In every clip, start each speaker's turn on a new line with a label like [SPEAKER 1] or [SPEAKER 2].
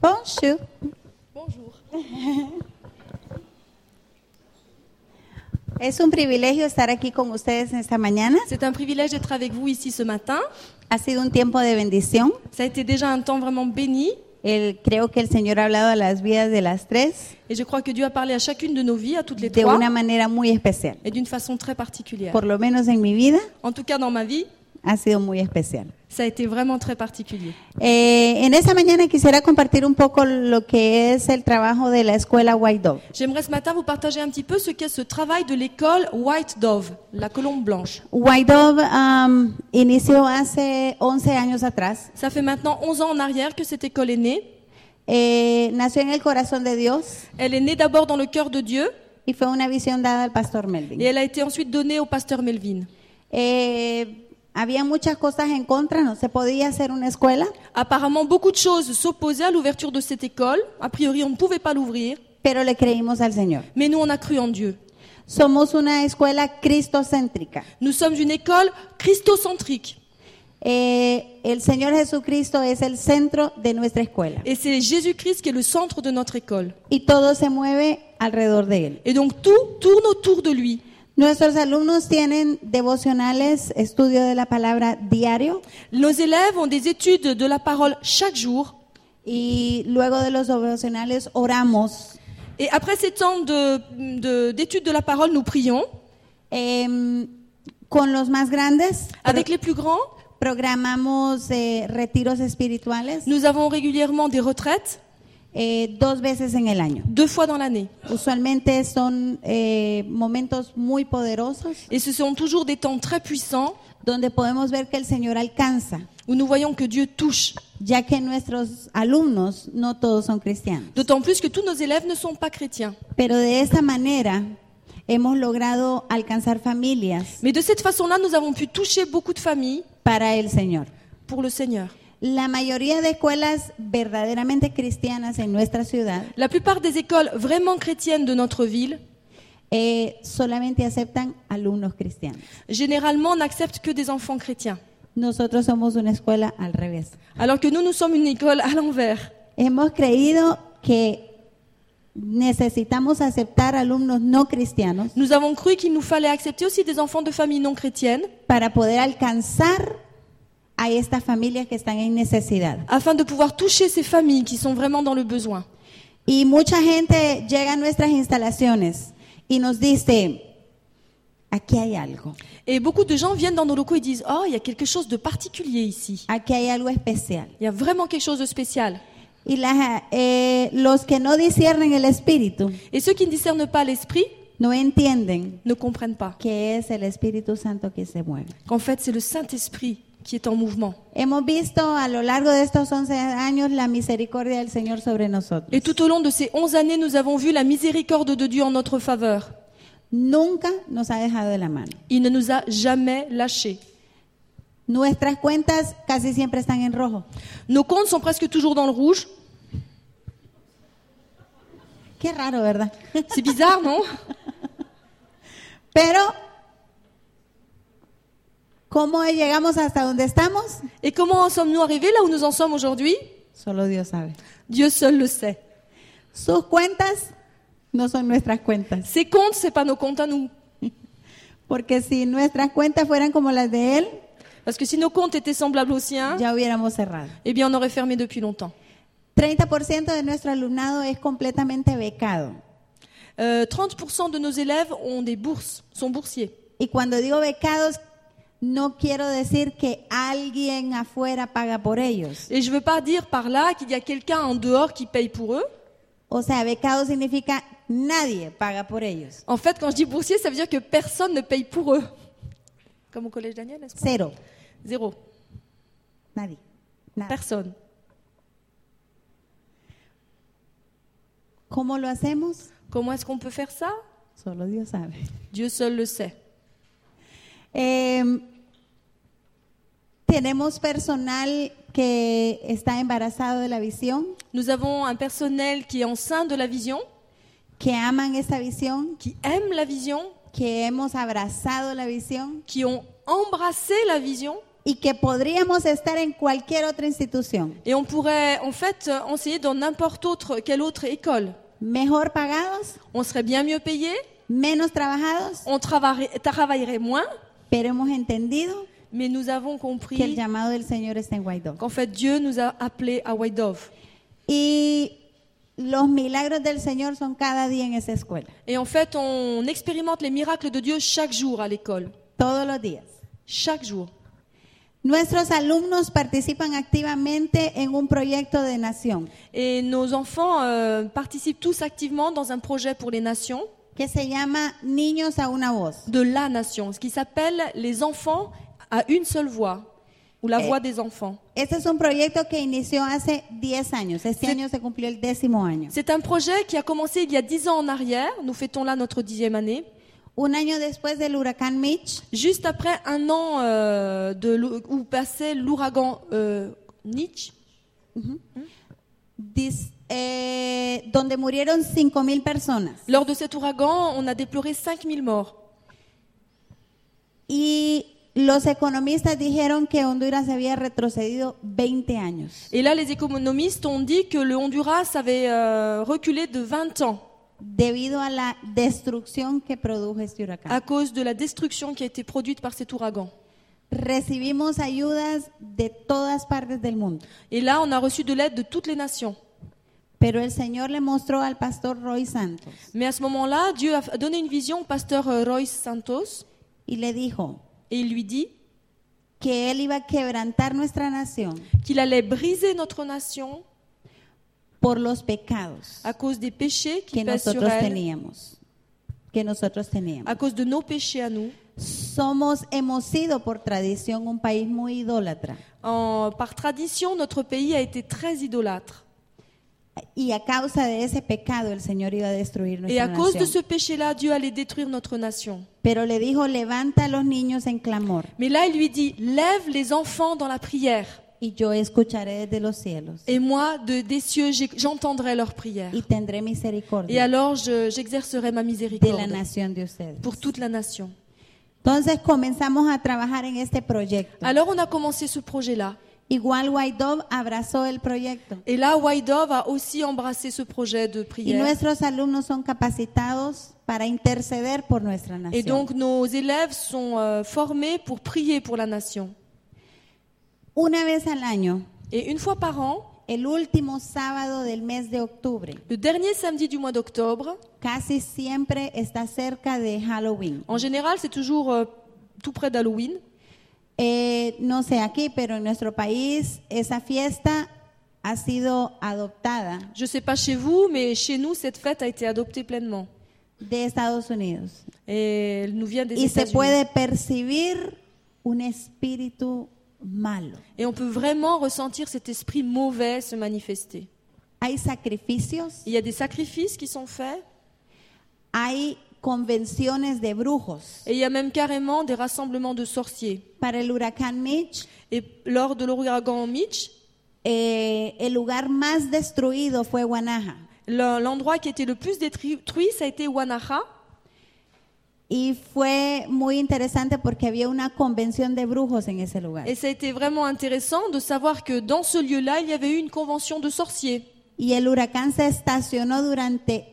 [SPEAKER 1] Bonjour.
[SPEAKER 2] Bonjour.
[SPEAKER 1] Es un privilegio estar aquí con ustedes en esta mañana.
[SPEAKER 2] C'est un privilège d'être avec vous ici ce matin.
[SPEAKER 1] Ha sido un tiempo de bendición.
[SPEAKER 2] Ça a été déjà un temps vraiment béni
[SPEAKER 1] El- creo que el Señor ha hablado a las vidas de las tres
[SPEAKER 2] et je crois que Dieu a parlé à chacune de nos vies, à toutes les
[SPEAKER 1] de
[SPEAKER 2] trois,
[SPEAKER 1] una manera muy especial.
[SPEAKER 2] et d'une façon très particulière.
[SPEAKER 1] Por lo menos en mi vida
[SPEAKER 2] En tout cas, dans ma vie,
[SPEAKER 1] ha sido muy especial.
[SPEAKER 2] ça a été vraiment très particulier.
[SPEAKER 1] Eh, en esta mañana quisiera compartir un poco lo que es el trabajo de la escuela White Dog.
[SPEAKER 2] J'aimerais ce matin vous partager un petit peu ce qu'est ce travail de l'école White Dove, la colombe blanche.
[SPEAKER 1] White Dove um, inició hace 11 años atrás.
[SPEAKER 2] Ça fait maintenant 11 ans en arrière que cette école est née.
[SPEAKER 1] Eh, nació en el corazón de Dios
[SPEAKER 2] Elle est née d'abord dans le cœur de Dieu
[SPEAKER 1] y fue una visión dada al pastor Melvin.
[SPEAKER 2] et elle a été ensuite donnée au pasteur Melvin.
[SPEAKER 1] Eh, había muchas cosas en contra, no se podía hacer una escuela,
[SPEAKER 2] Apparemment, beaucoup de choses s'opposaient à l'ouverture de cette école. A priori, on ne pouvait pas l'ouvrir,
[SPEAKER 1] pero le creímos al Señor.
[SPEAKER 2] mais nous, on a cru en Dieu.
[SPEAKER 1] Somos una escuela cristocéntrica.
[SPEAKER 2] Nous sommes une école christocentrique.
[SPEAKER 1] Eh, el Señor Jesucristo es el centro de nuestra escuela
[SPEAKER 2] Et c'est Jésus-Christ qui est le centre de notre école.
[SPEAKER 1] y todo se mueve alrededor de Él.
[SPEAKER 2] Et donc, tout tourne autour de lui.
[SPEAKER 1] Nuestros alumnos tienen devocionales, estudio de la palabra diario
[SPEAKER 2] Nos élèves ont des études de la parole chaque jour.
[SPEAKER 1] y luego de los devocionales oramos.
[SPEAKER 2] Et après ces temps de- de- d'études de, la parole, nous prions
[SPEAKER 1] Em, con los más grandes
[SPEAKER 2] avec les plus grands.
[SPEAKER 1] programamos eh, retiros espirituales.
[SPEAKER 2] Nous avons régulièrement des retraites,
[SPEAKER 1] eh, dos veces en el año.
[SPEAKER 2] deux fois dans l'année.
[SPEAKER 1] Usualmente son eh, momentos muy poderosos
[SPEAKER 2] Et ce sont toujours des temps très puissants
[SPEAKER 1] donde podemos ver que el Señor alcanza,
[SPEAKER 2] où nous voyons que Dieu touche.
[SPEAKER 1] ya que nuestros alumnos no todos son cristianos.
[SPEAKER 2] D'autant plus que tous nos élèves ne sont pas chrétiens.
[SPEAKER 1] Pero de esa manera hemos logrado alcanzar familias
[SPEAKER 2] Mais de cette façon-là, nous avons pu toucher beaucoup de familles
[SPEAKER 1] para el Señor.
[SPEAKER 2] pour le Seigneur.
[SPEAKER 1] La mayoría de escuelas verdaderamente cristianas en nuestra ciudad
[SPEAKER 2] La plupart des écoles vraiment chrétiennes de notre ville,
[SPEAKER 1] eh, solamente aceptan alumnos cristianos.
[SPEAKER 2] généralement, n'acceptent que des enfants chrétiens.
[SPEAKER 1] Nosotros somos una escuela al revés.
[SPEAKER 2] Alors que nous, nous sommes une école à l'envers.
[SPEAKER 1] Hemos creído que necesitamos aceptar alumnos no cristianos
[SPEAKER 2] Nous avons cru qu'il nous fallait accepter aussi des enfants de familles non chrétiennes
[SPEAKER 1] para poder alcanzar a estas familias que están en necesidad.
[SPEAKER 2] afin de pouvoir toucher ces familles qui sont vraiment dans le besoin.
[SPEAKER 1] Y mucha gente llega a nuestras instalaciones y nos dice, aquí hay algo,
[SPEAKER 2] Et beaucoup de gens viennent dans nos locaux et disent Oh, il y a quelque chose de particulier ici.
[SPEAKER 1] aquí hay algo especial.
[SPEAKER 2] Il y a vraiment quelque chose de spécial.
[SPEAKER 1] Y las, eh, los que no disciernen el espíritu
[SPEAKER 2] Et ceux qui ne discernent pas l'esprit
[SPEAKER 1] no entienden
[SPEAKER 2] ne comprennent pas
[SPEAKER 1] que es el Espíritu Santo que se mueve.
[SPEAKER 2] qu'en fait, c'est le Saint-Esprit qui est en mouvement.
[SPEAKER 1] Hemos visto a lo largo de estos 11 años la misericordia del Señor sobre nosotros.
[SPEAKER 2] Et tout au long de ces onze années, nous avons vu la miséricorde de Dieu en notre faveur.
[SPEAKER 1] Nunca nos ha dejado de la mano.
[SPEAKER 2] Il ne nous a jamais lâchés.
[SPEAKER 1] Nuestras cuentas casi siempre están en rojo.
[SPEAKER 2] Nos comptes sont presque toujours dans le rouge.
[SPEAKER 1] Qué raro, ¿verdad?
[SPEAKER 2] C'est bizarre, non
[SPEAKER 1] Pero, ¿cómo llegamos hasta donde estamos?
[SPEAKER 2] Et comment en sommes-nous arrivés là où nous en sommes aujourd'hui
[SPEAKER 1] Solo Dios sabe.
[SPEAKER 2] Dieu seul le sait.
[SPEAKER 1] Sus cuentas no son nuestras cuentas.
[SPEAKER 2] Ses comptes, c'est pas nos comptes à nous.
[SPEAKER 1] Porque si nuestras cuentas fueran como las de Él,
[SPEAKER 2] Parce que si nos comptes étaient semblables aux siens,
[SPEAKER 1] ya hubiéramos cerrado.
[SPEAKER 2] eh bien on aurait fermé depuis longtemps.
[SPEAKER 1] 30% de nuestro alumnado es completamente becado.
[SPEAKER 2] Euh, 30% de nos élèves ont des bourses, sont boursiers.
[SPEAKER 1] Y cuando digo becados, no quiero decir que alguien afuera paga por ellos.
[SPEAKER 2] Et je veux pas dire par là qu'il y a quelqu'un en dehors qui paye pour eux.
[SPEAKER 1] O sea, becado significa nadie paga por ellos.
[SPEAKER 2] En fait, quand je dis boursier, ça veut dire que personne ne paye pour eux. Comme au collège Daniel, n'est-ce pas
[SPEAKER 1] Cero.
[SPEAKER 2] Zéro.
[SPEAKER 1] Nadie. Nada.
[SPEAKER 2] Personne.
[SPEAKER 1] ¿Cómo lo hacemos?
[SPEAKER 2] Comment est-ce qu'on peut faire ça
[SPEAKER 1] Solo Dios sabe.
[SPEAKER 2] Dieu seul le sait.
[SPEAKER 1] Eh, tenemos personal que está embarazado de la visión,
[SPEAKER 2] Nous avons un personnel qui est enceint de la vision,
[SPEAKER 1] que aman esta visión,
[SPEAKER 2] qui aime la vision,
[SPEAKER 1] que hemos abrazado la visión,
[SPEAKER 2] qui ont embrassé la vision
[SPEAKER 1] y que podríamos estar en cualquier otra institución.
[SPEAKER 2] Et on pourrait en fait euh, enseigner dans n'importe autre, quelle autre école.
[SPEAKER 1] Mejor pagados,
[SPEAKER 2] On serait bien mieux payé,
[SPEAKER 1] menos trabajados,
[SPEAKER 2] on travaillerait travaillerait moins,
[SPEAKER 1] pero hemos entendido
[SPEAKER 2] mais nous avons
[SPEAKER 1] que el
[SPEAKER 2] compris
[SPEAKER 1] llamado del Señor está en Guaidó.
[SPEAKER 2] qu'en fait Dieu nous a appelés à White Dove.
[SPEAKER 1] Y los milagros del Señor son cada día en esa escuela,
[SPEAKER 2] Et en fait, on expérimente les miracles de Dieu chaque jour à l'école.
[SPEAKER 1] todos los días.
[SPEAKER 2] Chaque jour.
[SPEAKER 1] Nuestros alumnos participan activamente en un proyecto de nación
[SPEAKER 2] Et nos enfants euh, participent tous activement dans un projet pour les nations,
[SPEAKER 1] que se llama Niños a una voz.
[SPEAKER 2] de la nation, ce qui s'appelle les enfants à une seule voix, ou la voix des enfants.
[SPEAKER 1] Este es un proyecto que inició hace 10 años. Este
[SPEAKER 2] Sí.
[SPEAKER 1] año se cumplió el décimo año.
[SPEAKER 2] C'est un projet qui a commencé il y a dix ans en arrière, nous fêtons là notre dixième année,
[SPEAKER 1] Un año después del huracán Mitch,
[SPEAKER 2] juste après un an euh, de l'ou- où passait l'ouragan euh, Nietzsche,
[SPEAKER 1] dis- eh, donde murieron 5.000 personas.
[SPEAKER 2] Lors de cet ouragan, on a déploré 5000 morts.
[SPEAKER 1] Y los economistas dijeron que Honduras había retrocedido 20 años.
[SPEAKER 2] Et là, les économistes ont dit que le Honduras avait euh, reculé de 20 ans
[SPEAKER 1] debido a la destrucción que produjo este
[SPEAKER 2] à
[SPEAKER 1] huracán.
[SPEAKER 2] cause de la destruction qui a été produite par cet ouragan.
[SPEAKER 1] Recibimos ayudas de todas partes del mundo,
[SPEAKER 2] Et là, on a reçu de l'aide de toutes les nations.
[SPEAKER 1] pero el Señor le mostró al pastor Roy Santos
[SPEAKER 2] Mais à ce moment-là, Dieu a donné une vision au pasteur euh, Royce Santos
[SPEAKER 1] y le dijo
[SPEAKER 2] et il lui dit
[SPEAKER 1] que Él iba a quebrantar nuestra nación
[SPEAKER 2] qu'il allait briser notre nation
[SPEAKER 1] por los pecados
[SPEAKER 2] à cause des péchés qui
[SPEAKER 1] que
[SPEAKER 2] pèsent sur
[SPEAKER 1] nosotros
[SPEAKER 2] elle,
[SPEAKER 1] teníamos, que nosotros teníamos.
[SPEAKER 2] à cause de nos péchés à nous.
[SPEAKER 1] Somos, hemos sido por tradición un país muy idólatra
[SPEAKER 2] En- par tradition, notre pays a été très idolâtre.
[SPEAKER 1] y a causa de ese pecado el Señor iba a destruir
[SPEAKER 2] Et
[SPEAKER 1] nuestra
[SPEAKER 2] à cause de
[SPEAKER 1] nación.
[SPEAKER 2] ce péché-là, Dieu allait détruire notre nation.
[SPEAKER 1] Pero le dijo, levanta a los niños en clamor.
[SPEAKER 2] Mais là, il lui dit, lève les enfants dans la prière.
[SPEAKER 1] Y yo escucharé desde los cielos
[SPEAKER 2] Et moi, de, des cieux, j'ai- j'entendrai leur prière.
[SPEAKER 1] y tendré
[SPEAKER 2] Et
[SPEAKER 1] misericordia
[SPEAKER 2] alors, je- j'exercerai ma
[SPEAKER 1] de la
[SPEAKER 2] miséricorde
[SPEAKER 1] nación de ustedes.
[SPEAKER 2] pour toute la nation.
[SPEAKER 1] Entonces comenzamos a trabajar en este proyecto.
[SPEAKER 2] Alors, on a commencé ce projet-là.
[SPEAKER 1] Igual White Dove abrazó el proyecto.
[SPEAKER 2] Et là, White Dove a aussi embrassé ce projet de
[SPEAKER 1] Y
[SPEAKER 2] prière.
[SPEAKER 1] nuestros alumnos son capacitados para interceder por nuestra
[SPEAKER 2] Et
[SPEAKER 1] nación.
[SPEAKER 2] donc, nos élèves sont euh, formés pour prier pour la nation.
[SPEAKER 1] Una vez al año,
[SPEAKER 2] Et une fois par an,
[SPEAKER 1] el último sábado del mes de octubre,
[SPEAKER 2] le dernier samedi du mois d'octobre,
[SPEAKER 1] casi siempre está cerca de Halloween.
[SPEAKER 2] en général, c'est toujours euh, tout près d'Halloween.
[SPEAKER 1] Eh, no sé aquí, pero en nuestro país esa fiesta ha sido adoptada
[SPEAKER 2] Je sais pas chez vous, mais chez nous, cette fête a été adoptée pleinement.
[SPEAKER 1] de Estados Unidos
[SPEAKER 2] Et elle nous vient des
[SPEAKER 1] y se
[SPEAKER 2] États-Unis.
[SPEAKER 1] puede percibir un espíritu malo.
[SPEAKER 2] Et on peut vraiment ressentir cet esprit mauvais se manifester.
[SPEAKER 1] Hay sacrificios,
[SPEAKER 2] Il y a des sacrifices qui sont faits
[SPEAKER 1] hay convenciones de brujos.
[SPEAKER 2] et il y a même carrément des rassemblements de sorciers.
[SPEAKER 1] Para el huracán Mitch,
[SPEAKER 2] Et lors de l'ouragan Mitch,
[SPEAKER 1] eh, el lugar más destruido fue Guanaja
[SPEAKER 2] le- l'endroit qui était le plus détruit, ça a été Wanaha.
[SPEAKER 1] y fue muy interesante porque había una convención de brujos en ese lugar.
[SPEAKER 2] Et ça a été vraiment intéressant de savoir que dans ce lieu-là, il y avait eu une convention de sorciers.
[SPEAKER 1] Y el huracán se estacionó durante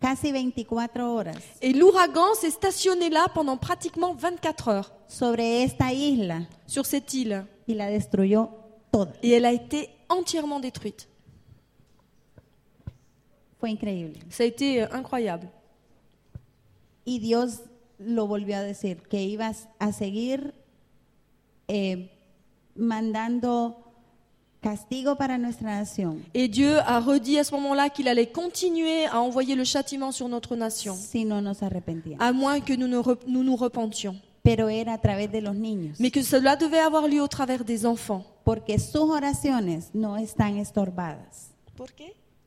[SPEAKER 1] casi 24 horas
[SPEAKER 2] Et l'ouragan s'est stationné là pendant pratiquement 24 heures
[SPEAKER 1] sobre esta isla
[SPEAKER 2] sur cette île.
[SPEAKER 1] y la destruyó toda.
[SPEAKER 2] Et elle a été entièrement détruite.
[SPEAKER 1] Fue increíble.
[SPEAKER 2] Ça a été euh, incroyable.
[SPEAKER 1] Y Dios lo volvió a decir, que ibas a seguir eh, mandando castigo para nuestra nación
[SPEAKER 2] Et Dieu a redit à ce moment-là qu'il allait continuer à envoyer le châtiment sur notre nation,
[SPEAKER 1] si no nos arrepentíamos.
[SPEAKER 2] à moins que nous ne re- nous, nous repentions.
[SPEAKER 1] Pero era a través de los niños,
[SPEAKER 2] Mais que cela devait avoir lieu au travers des enfants.
[SPEAKER 1] porque sus oraciones no están estorbadas.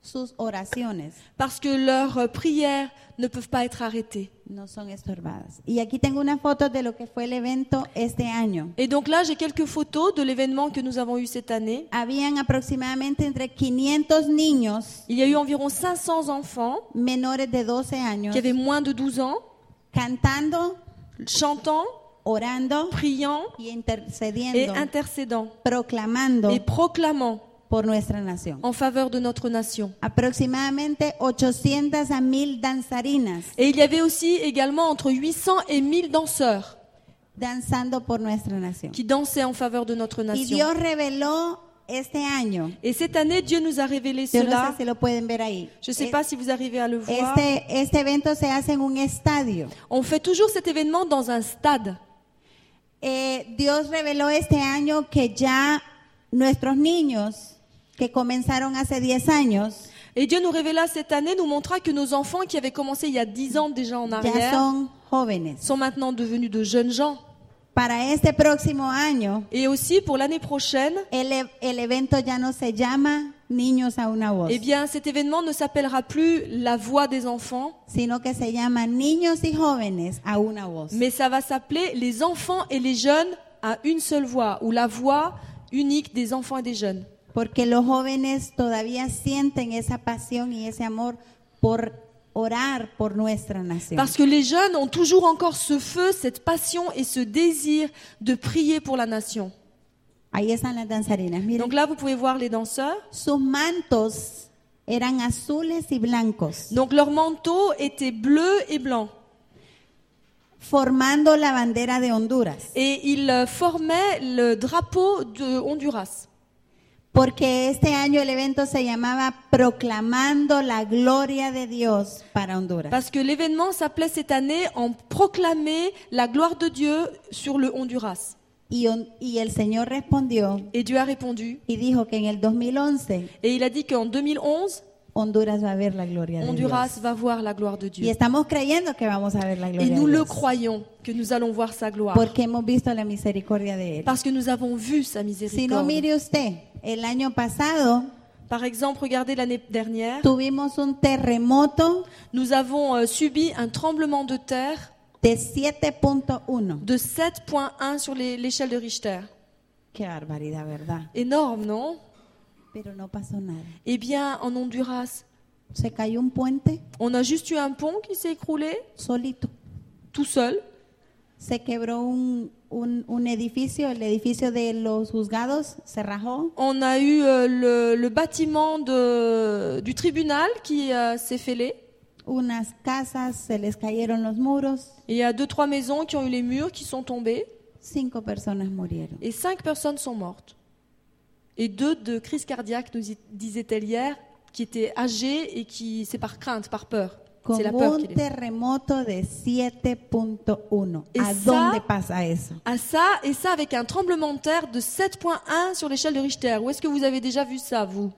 [SPEAKER 1] Sus oraciones
[SPEAKER 2] Parce que leurs euh, prières ne peuvent pas être arrêtées.
[SPEAKER 1] no son estorbadas. Y aquí tengo una foto de lo que fue el evento este año.
[SPEAKER 2] Et donc là, j'ai quelques photos de l'événement que nous avons eu cette année.
[SPEAKER 1] Habían aproximadamente entre 500 niños
[SPEAKER 2] Il y a eu environ 500 enfants
[SPEAKER 1] menores de 12 años
[SPEAKER 2] qui avaient moins de 12 ans,
[SPEAKER 1] cantando
[SPEAKER 2] chantant
[SPEAKER 1] orando
[SPEAKER 2] priant
[SPEAKER 1] y
[SPEAKER 2] et
[SPEAKER 1] intercediendo,
[SPEAKER 2] intercédant
[SPEAKER 1] proclamando
[SPEAKER 2] et proclamant
[SPEAKER 1] por nuestra nación.
[SPEAKER 2] en faveur de notre nation.
[SPEAKER 1] Aproximadamente 800 a 1000 danzarinas
[SPEAKER 2] Et il y avait aussi également entre 800 et 1000 danseurs
[SPEAKER 1] danzando por nuestra nación.
[SPEAKER 2] qui dansaient en faveur de notre
[SPEAKER 1] Y
[SPEAKER 2] nation.
[SPEAKER 1] Dios reveló este año,
[SPEAKER 2] Et cette année, Dieu nous a révélé
[SPEAKER 1] yo no
[SPEAKER 2] cela.
[SPEAKER 1] sé si lo pueden ver ahí.
[SPEAKER 2] Je ne sais
[SPEAKER 1] Eh,
[SPEAKER 2] pas si vous arrivez à le voir.
[SPEAKER 1] Este, este evento se hace en un estadio.
[SPEAKER 2] On fait toujours cet événement dans un stade.
[SPEAKER 1] Eh, Dios reveló este año que ya nuestros niños que comenzaron hace 10 años
[SPEAKER 2] Et Dieu nous révéla cette année, nous montra que nos enfants qui avaient commencé il y a 10 ans déjà en
[SPEAKER 1] ya
[SPEAKER 2] arrière
[SPEAKER 1] son jóvenes.
[SPEAKER 2] sont maintenant devenus de jeunes gens.
[SPEAKER 1] Para este próximo año,
[SPEAKER 2] Et aussi pour l'année prochaine,
[SPEAKER 1] el, e- el evento ya no se llama Niños a una voz,
[SPEAKER 2] eh bien cet événement ne s'appellera plus la voix des enfants,
[SPEAKER 1] sino que se llama Niños y Jóvenes a una voz.
[SPEAKER 2] mais ça va s'appeler les enfants et les jeunes à une seule voix ou la voix unique des enfants et des jeunes.
[SPEAKER 1] Porque los jóvenes todavía sienten esa pasión y ese amor por orar por nuestra nación.
[SPEAKER 2] Parce que les jeunes ont toujours encore ce feu, cette passion et ce désir de prier pour la nation.
[SPEAKER 1] Ahí están las danzarinas. Miren.
[SPEAKER 2] Donc là, vous pouvez voir les danseurs.
[SPEAKER 1] Sus mantos eran azules y blancos,
[SPEAKER 2] Donc leur manteau était bleu et blanc.
[SPEAKER 1] formando la bandera de Honduras,
[SPEAKER 2] Et ils euh, formaient le drapeau de Honduras.
[SPEAKER 1] porque este año el evento se llamaba Proclamando la Gloria de Dios para Honduras.
[SPEAKER 2] Parce que l'événement s'appelait cette année en proclamer la gloire de Dieu sur le Honduras.
[SPEAKER 1] Y, hon- y el Señor respondió
[SPEAKER 2] Et Dieu a répondu.
[SPEAKER 1] y dijo que en el 2011
[SPEAKER 2] Et il a dit qu'en 2011,
[SPEAKER 1] Honduras va a ver la gloria de Dios.
[SPEAKER 2] Honduras va voir la gloire de
[SPEAKER 1] Y
[SPEAKER 2] Dieu.
[SPEAKER 1] estamos creyendo que vamos a ver la
[SPEAKER 2] Et
[SPEAKER 1] gloria
[SPEAKER 2] nous
[SPEAKER 1] de
[SPEAKER 2] le
[SPEAKER 1] Dios,
[SPEAKER 2] croyons que nous allons voir sa gloire.
[SPEAKER 1] porque hemos visto la misericordia de Él.
[SPEAKER 2] Parce que nous avons vu sa
[SPEAKER 1] Si no,
[SPEAKER 2] miséricorde.
[SPEAKER 1] mire usted, el año pasado
[SPEAKER 2] Par exemple, regardez l'année dernière,
[SPEAKER 1] tuvimos un terremoto
[SPEAKER 2] nous avons euh, subi un tremblement de terre
[SPEAKER 1] de 7.1.
[SPEAKER 2] de 7.1 sur les- l'échelle de Richter.
[SPEAKER 1] Qué barbaridad, ¿verdad?
[SPEAKER 2] Énorme, non
[SPEAKER 1] Pero no pasó nada.
[SPEAKER 2] Eh bien, en Honduras,
[SPEAKER 1] Se cayó un puente
[SPEAKER 2] on a juste eu un pont qui s'est écroulé
[SPEAKER 1] solito.
[SPEAKER 2] tout seul.
[SPEAKER 1] Se quebró un, un- un edificio, el edificio de los juzgados se rajó.
[SPEAKER 2] On a eu euh, le, le bâtiment de- du tribunal qui euh, s'est fêlé.
[SPEAKER 1] Unas casas se les cayeron los muros.
[SPEAKER 2] Et il y a deux, trois maisons qui ont eu les murs qui sont tombés.
[SPEAKER 1] Cinco personas murieron.
[SPEAKER 2] Et cinq personnes sont mortes. Et deux de crise cardiaque, nous y- disait-elle hier, qui étaient âgées et qui, c'est par crainte, par peur.
[SPEAKER 1] Con
[SPEAKER 2] C'est la peur
[SPEAKER 1] un
[SPEAKER 2] qui les...
[SPEAKER 1] terremoto de 7.1. ¿A
[SPEAKER 2] Esa-
[SPEAKER 1] dónde pasa eso?
[SPEAKER 2] À Ah, ça, et ça avec un tremblement de terre de 7.1 sur l'échelle de Richter. Où est-ce que vous avez déjà vu ça, vous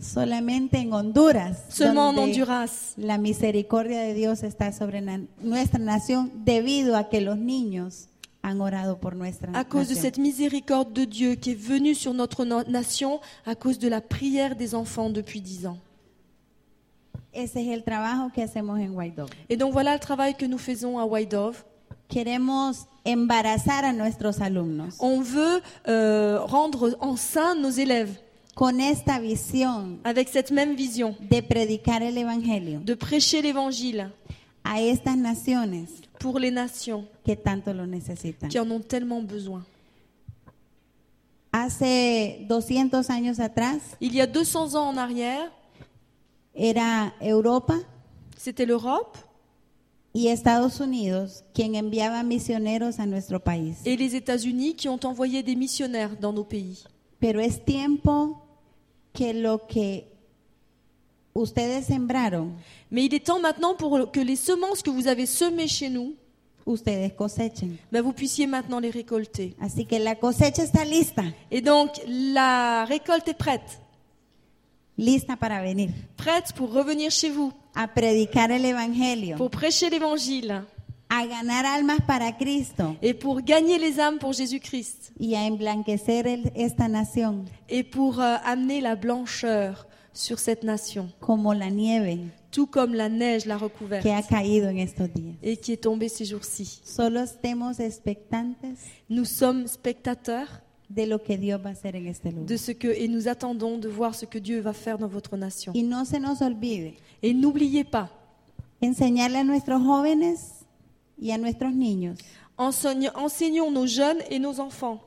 [SPEAKER 1] Solamente en Honduras.
[SPEAKER 2] Seulement en
[SPEAKER 1] donde
[SPEAKER 2] Honduras.
[SPEAKER 1] La misericordia de Dios está sobre na- nuestra nación debido a que los niños han orado por nuestra
[SPEAKER 2] À cause de
[SPEAKER 1] nación.
[SPEAKER 2] cette miséricorde de Dieu qui est venue sur notre no- nation à cause de la prière des enfants depuis 10 ans.
[SPEAKER 1] Ese es el trabajo que hacemos en White Dog.
[SPEAKER 2] Et donc voilà le travail que nous faisons à White Dove.
[SPEAKER 1] Queremos embarazar a nuestros alumnos
[SPEAKER 2] On veut euh, rendre enceintes nos élèves
[SPEAKER 1] con esta visión
[SPEAKER 2] avec cette même vision
[SPEAKER 1] de predicar el Evangelio
[SPEAKER 2] de prêcher l'évangile
[SPEAKER 1] a estas naciones
[SPEAKER 2] pour les nations
[SPEAKER 1] que tanto lo necesitan.
[SPEAKER 2] qui en ont tellement besoin.
[SPEAKER 1] Hace 200 años atrás
[SPEAKER 2] Il y a 200 ans en arrière,
[SPEAKER 1] era Europa
[SPEAKER 2] c'était l'Europe
[SPEAKER 1] y Estados Unidos quien enviaba misioneros a nuestro país.
[SPEAKER 2] et les États-Unis qui ont envoyé des missionnaires dans nos pays.
[SPEAKER 1] Pero es tiempo que lo que ustedes sembraron,
[SPEAKER 2] Mais il est temps maintenant pour que les semences que vous avez semées chez nous,
[SPEAKER 1] ustedes cosechen.
[SPEAKER 2] ben, vous puissiez maintenant les récolter.
[SPEAKER 1] Así que la cosecha está lista,
[SPEAKER 2] Et donc la récolte est prête,
[SPEAKER 1] lista para venir
[SPEAKER 2] prête pour revenir chez vous,
[SPEAKER 1] a predicar el Evangelio,
[SPEAKER 2] pour prêcher l'évangile
[SPEAKER 1] a ganar almas para Cristo
[SPEAKER 2] et pour gagner les âmes pour Jésus-Christ
[SPEAKER 1] y a emblanquecer el- esta nación
[SPEAKER 2] et pour euh, amener la blancheur sur cette nation,
[SPEAKER 1] como la nieve
[SPEAKER 2] tout comme la neige la recouverte.
[SPEAKER 1] que ha caído en estos días.
[SPEAKER 2] et qui est tombé ces jours-ci.
[SPEAKER 1] Solo estemos expectantes
[SPEAKER 2] Nous sommes spectateurs
[SPEAKER 1] de lo que Dios va a hacer en este
[SPEAKER 2] de
[SPEAKER 1] lugar.
[SPEAKER 2] ce que et nous attendons de voir ce que Dieu va faire dans votre nation.
[SPEAKER 1] Y no se nos olvide
[SPEAKER 2] Et n'oubliez pas,
[SPEAKER 1] enseñarle a nuestros jóvenes y a nuestros niños
[SPEAKER 2] Enseigne- enseignons nos jeunes et nos enfants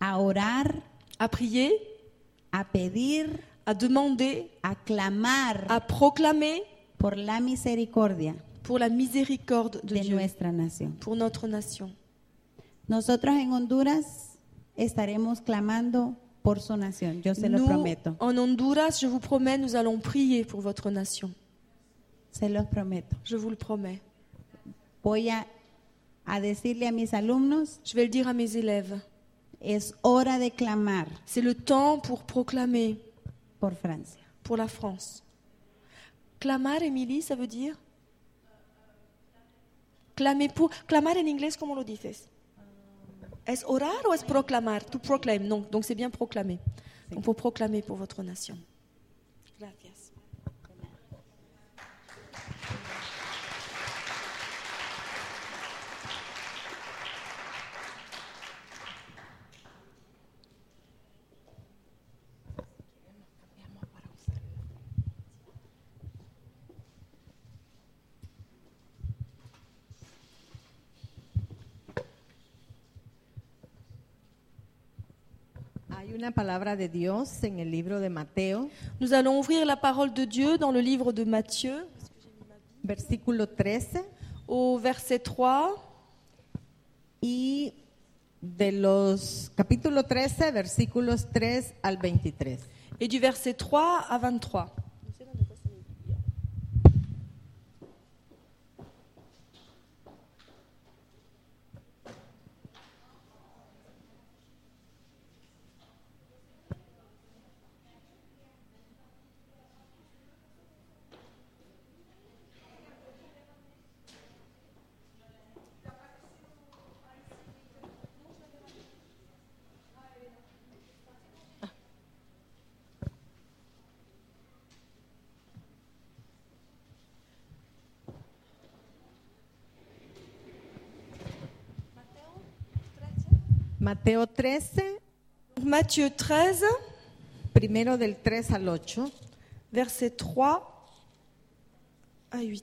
[SPEAKER 1] a orar,
[SPEAKER 2] à prier,
[SPEAKER 1] a pedir,
[SPEAKER 2] à demander,
[SPEAKER 1] a clamar
[SPEAKER 2] à proclamer
[SPEAKER 1] por la misericordia
[SPEAKER 2] pour la miséricorde de
[SPEAKER 1] de
[SPEAKER 2] Dieu,
[SPEAKER 1] nuestra nación.
[SPEAKER 2] pour notre nation.
[SPEAKER 1] Nosotros en Honduras estaremos clamando por su nación, yo se lo
[SPEAKER 2] Nous,
[SPEAKER 1] prometo,
[SPEAKER 2] en Honduras, je vous promets, nous allons prier pour votre nation.
[SPEAKER 1] se los prometo.
[SPEAKER 2] Je vous le promets.
[SPEAKER 1] Voy a, a decirle a mis alumnos,
[SPEAKER 2] Je vais le dire à mes élèves.
[SPEAKER 1] es hora de clamar
[SPEAKER 2] C'est le temps pour proclamer
[SPEAKER 1] por Francia.
[SPEAKER 2] pour la France. Clamar, Émilie, ça veut dire Clamer pour. Clamar en anglais, comment on le dit Est-ce orar ou est-ce proclamar To proclaim, non. Donc c'est bien proclamer. Donc pour proclamer pour votre nation. Gracias.
[SPEAKER 3] Hay una palabra de Dios en el libro de Mateo,
[SPEAKER 2] Nous allons ouvrir la parole de Dieu dans le livre de Matthieu,
[SPEAKER 3] versículo 13,
[SPEAKER 2] au verset 3.
[SPEAKER 3] y de los capítulo 13, versículos 3 al 23.
[SPEAKER 2] et du verset 3 à 23.
[SPEAKER 3] Mateo 13,
[SPEAKER 2] Donc, Matthieu 13,
[SPEAKER 3] primero del 3 al 8.
[SPEAKER 2] verset 3 à 8.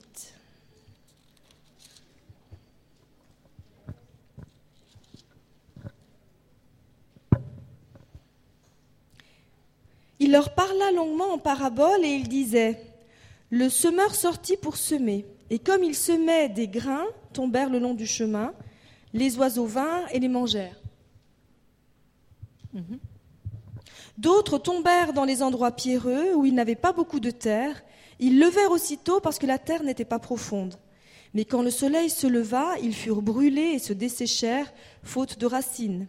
[SPEAKER 2] Il leur parla longuement en parabole et il disait Le semeur sortit pour semer, et comme il semait, des grains tombèrent le long du chemin, les oiseaux vinrent et les mangèrent. D'autres tombèrent dans les endroits pierreux où ils n'avaient pas beaucoup de terre. Ils levèrent aussitôt parce que la terre n'était pas profonde. Mais quand le soleil se leva, ils furent brûlés et se desséchèrent, faute de racines.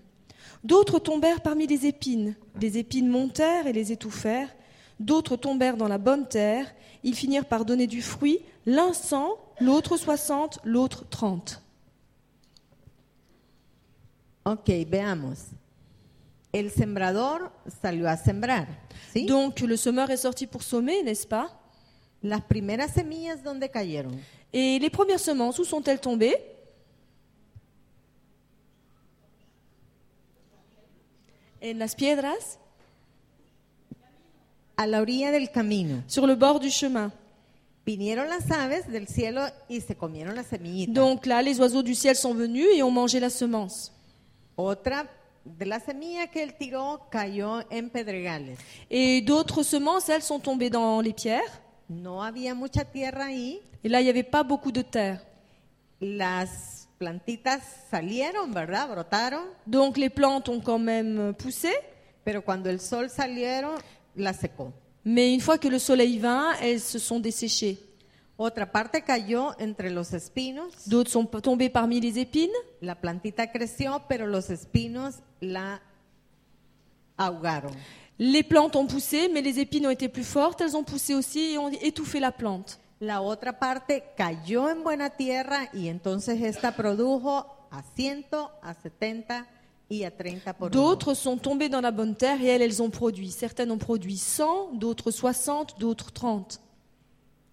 [SPEAKER 2] D'autres tombèrent parmi les épines. Les épines montèrent et les étouffèrent. D'autres tombèrent dans la bonne terre. Ils finirent par donner du fruit, l'un cent, l'autre soixante, l'autre trente.
[SPEAKER 3] Ok, veamos. El sembrador salió a sembrar. ¿sí?
[SPEAKER 2] Donc le semeur est sorti pour semer, n'est-ce pas
[SPEAKER 3] Las primeras semillas, ¿dónde cayeron?
[SPEAKER 2] Et les premières semences, où sont-elles tombées En las piedras,
[SPEAKER 3] A la orilla del camino.
[SPEAKER 2] sur le bord du chemin.
[SPEAKER 3] Vinieron las aves del cielo y se comieron las semillitas.
[SPEAKER 2] Donc là, les oiseaux du ciel sont venus et ont mangé la semence.
[SPEAKER 3] Otra de la semilla que él tiró cayó en pedregales.
[SPEAKER 2] Et d'autres semences, elles, sont tombées dans les pierres.
[SPEAKER 3] No había mucha tierra ahí.
[SPEAKER 2] Et là, il n'y avait pas beaucoup de terre.
[SPEAKER 3] Las plantitas salieron, ¿verdad? Brotaron.
[SPEAKER 2] Donc les plantes ont quand même poussé,
[SPEAKER 3] Pero cuando el sol salieron, las secó.
[SPEAKER 2] mais une fois que le soleil vint, elles se sont desséchées.
[SPEAKER 3] Otra parte cayó entre los espinos.
[SPEAKER 2] D'autres sont tombées parmi les épines.
[SPEAKER 3] La plantita creció, pero los espinos la ahogaron.
[SPEAKER 2] Les plantes ont poussé, mais les épines ont été plus fortes. Elles ont poussé aussi et ont étouffé la plante.
[SPEAKER 3] La otra parte cayó en buena tierra y entonces esta produjo a 100, a 70 y a 30 por uno.
[SPEAKER 2] D'autres sont tombées dans la bonne terre et elles, elles ont produit. Certaines ont produit 100, d'autres 60, d'autres 30.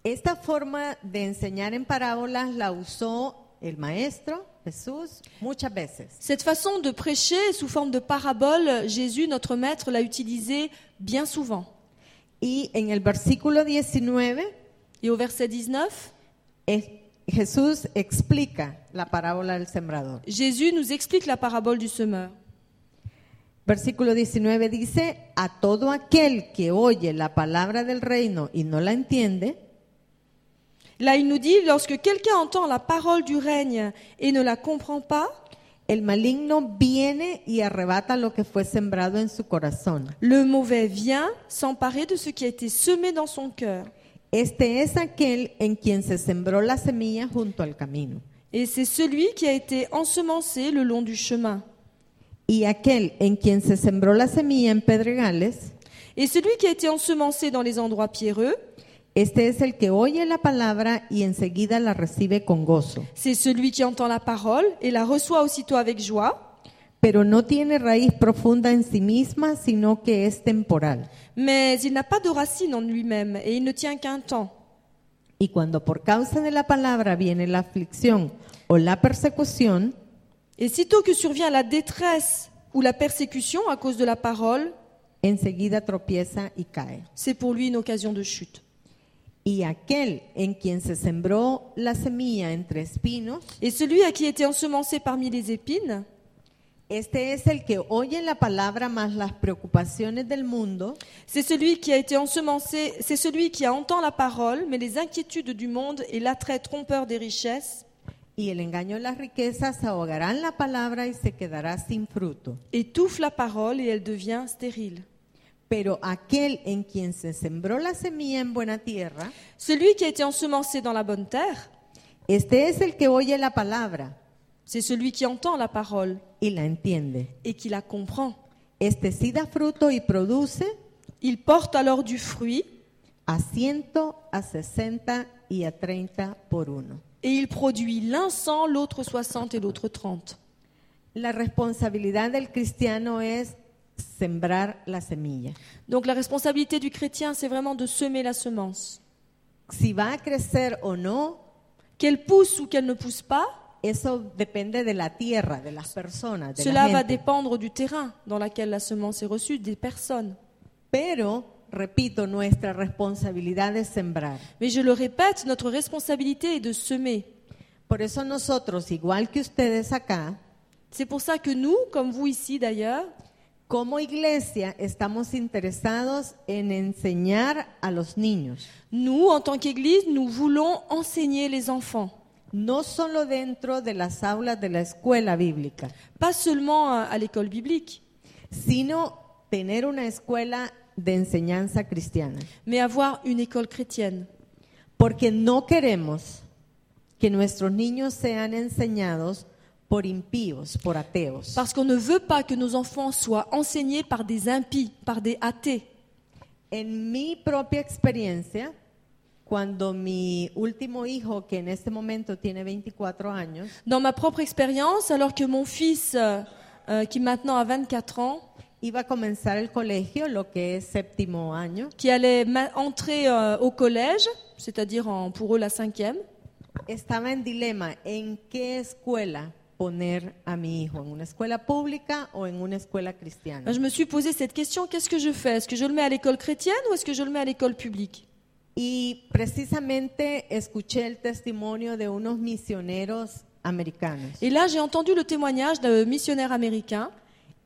[SPEAKER 3] Esta forma de enseñar en parábolas la usó el maestro Jesús muchas veces.
[SPEAKER 2] Cette façon de prêcher sous forme de parabole, Jésus, notre maître, l'a utilisée bien souvent.
[SPEAKER 3] Y en el versículo 19
[SPEAKER 2] Et au verset 19,
[SPEAKER 3] es- Jesús explica la parábola del sembrador.
[SPEAKER 2] Jésus nous explique la parabole du semeur.
[SPEAKER 3] Versículo 19 dice, a todo aquel que oye la palabra del reino y no la entiende,
[SPEAKER 2] Là, il nous dit, lorsque quelqu'un entend la parole du règne et ne la comprend pas,
[SPEAKER 3] el maligno viene y arrebata lo que fue sembrado en su corazón.
[SPEAKER 2] le mauvais vient s'emparer de ce qui a été semé dans son cœur.
[SPEAKER 3] Este es aquel en quien se sembró la semilla junto al camino.
[SPEAKER 2] Et c'est celui qui a été ensemencé le long du chemin.
[SPEAKER 3] Y aquel en quien se sembró la semilla en pedregales,
[SPEAKER 2] Et celui qui a été ensemencé dans les endroits pierreux,
[SPEAKER 3] este es el que oye la palabra y enseguida la recibe con gozo,
[SPEAKER 2] c'est celui qui entend la parole et la reçoit aussitôt avec joie,
[SPEAKER 3] pero no tiene raíz profunda en sí misma, sino que es temporal.
[SPEAKER 2] mais il n'a pas de racine en lui-même et il ne tient qu'un temps.
[SPEAKER 3] Y cuando por causa de la palabra viene la aflicción o la persecución,
[SPEAKER 2] Et sitôt que survient la détresse ou la persécution à cause de la parole,
[SPEAKER 3] enseguida tropieza y cae.
[SPEAKER 2] c'est pour lui une occasion de chute.
[SPEAKER 3] Y aquel en quien se sembró la semilla entre espinos,
[SPEAKER 2] Et celui à qui était ensemencé parmi les épines,
[SPEAKER 3] este es el que oye la palabra más las preocupaciones del mundo
[SPEAKER 2] c'est celui qui a été ensemencé, c'est celui qui a entend la parole, mais les inquiétudes du monde et l'attrait trompeur des richesses,
[SPEAKER 3] y el engaño de las riquezas ahogarán la palabra y se quedará sin fruto.
[SPEAKER 2] étouffe la parole et elle devient stérile.
[SPEAKER 3] Pero aquel en quien se sembró la semilla en buena tierra,
[SPEAKER 2] Celui qui a été ensemencé dans la bonne terre,
[SPEAKER 3] este es el que oye la palabra
[SPEAKER 2] c'est celui qui entend la parole
[SPEAKER 3] y la entiende.
[SPEAKER 2] et qui la comprend.
[SPEAKER 3] Este sí da fruto y produce
[SPEAKER 2] Il porte alors du fruit
[SPEAKER 3] a ciento, a sesenta y a treinta por uno.
[SPEAKER 2] et il produit l'un cent, l'autre soixante et l'autre trente.
[SPEAKER 3] La responsabilidad del cristiano es sembrar la semilla.
[SPEAKER 2] Donc la responsabilité du chrétien, c'est vraiment de semer la semence.
[SPEAKER 3] Si va a crecer o no,
[SPEAKER 2] Qu'elle pousse ou qu'elle ne pousse pas,
[SPEAKER 3] eso depende de la tierra, de las personas, de la
[SPEAKER 2] Cela va
[SPEAKER 3] gente.
[SPEAKER 2] dépendre du terrain dans lequel la semence est reçue, des personnes.
[SPEAKER 3] Pero, repito, nuestra responsabilidad es sembrar.
[SPEAKER 2] Mais je le répète, notre responsabilité est de semer.
[SPEAKER 3] Por eso nosotros, igual que ustedes acá,
[SPEAKER 2] C'est pour ça que nous, comme vous ici d'ailleurs,
[SPEAKER 3] como iglesia estamos interesados en enseñar a los niños,
[SPEAKER 2] nous, en tant qu'Église, nous voulons enseigner les enfants.
[SPEAKER 3] no solo dentro de las aulas de la escuela bíblica,
[SPEAKER 2] Pas seulement à, à l'école biblique,
[SPEAKER 3] sino tener una escuela de enseñanza cristiana.
[SPEAKER 2] mais avoir une école chrétienne.
[SPEAKER 3] Porque no queremos que nuestros niños sean enseñados por impíos, por ateos.
[SPEAKER 2] Parce qu'on ne veut pas que nos enfants soient enseignés par des impies, par des athées.
[SPEAKER 3] En mi propia experiencia, cuando mi último hijo, que en este momento tiene 24 años,
[SPEAKER 2] Dans ma propre expérience, alors que mon fils, euh, euh, qui maintenant a 24 ans,
[SPEAKER 3] iba a comenzar el colegio, lo que es séptimo año,
[SPEAKER 2] qui allait ma- entrer euh, au collège, c'est-à-dire en- pour eux la cinquième,
[SPEAKER 3] estaba en dilema en qué escuela poner a mi hijo, en una escuela pública o en una escuela cristiana.
[SPEAKER 2] ben, je me suis posé cette question qu'est-ce que je fais Est-ce que je le mets à l'école chrétienne ou est-ce que je le mets à l'école publique
[SPEAKER 3] Y precisamente escuché el testimonio de unos misioneros americanos.
[SPEAKER 2] Et là, j'ai entendu le témoignage d'un missionnaire américain.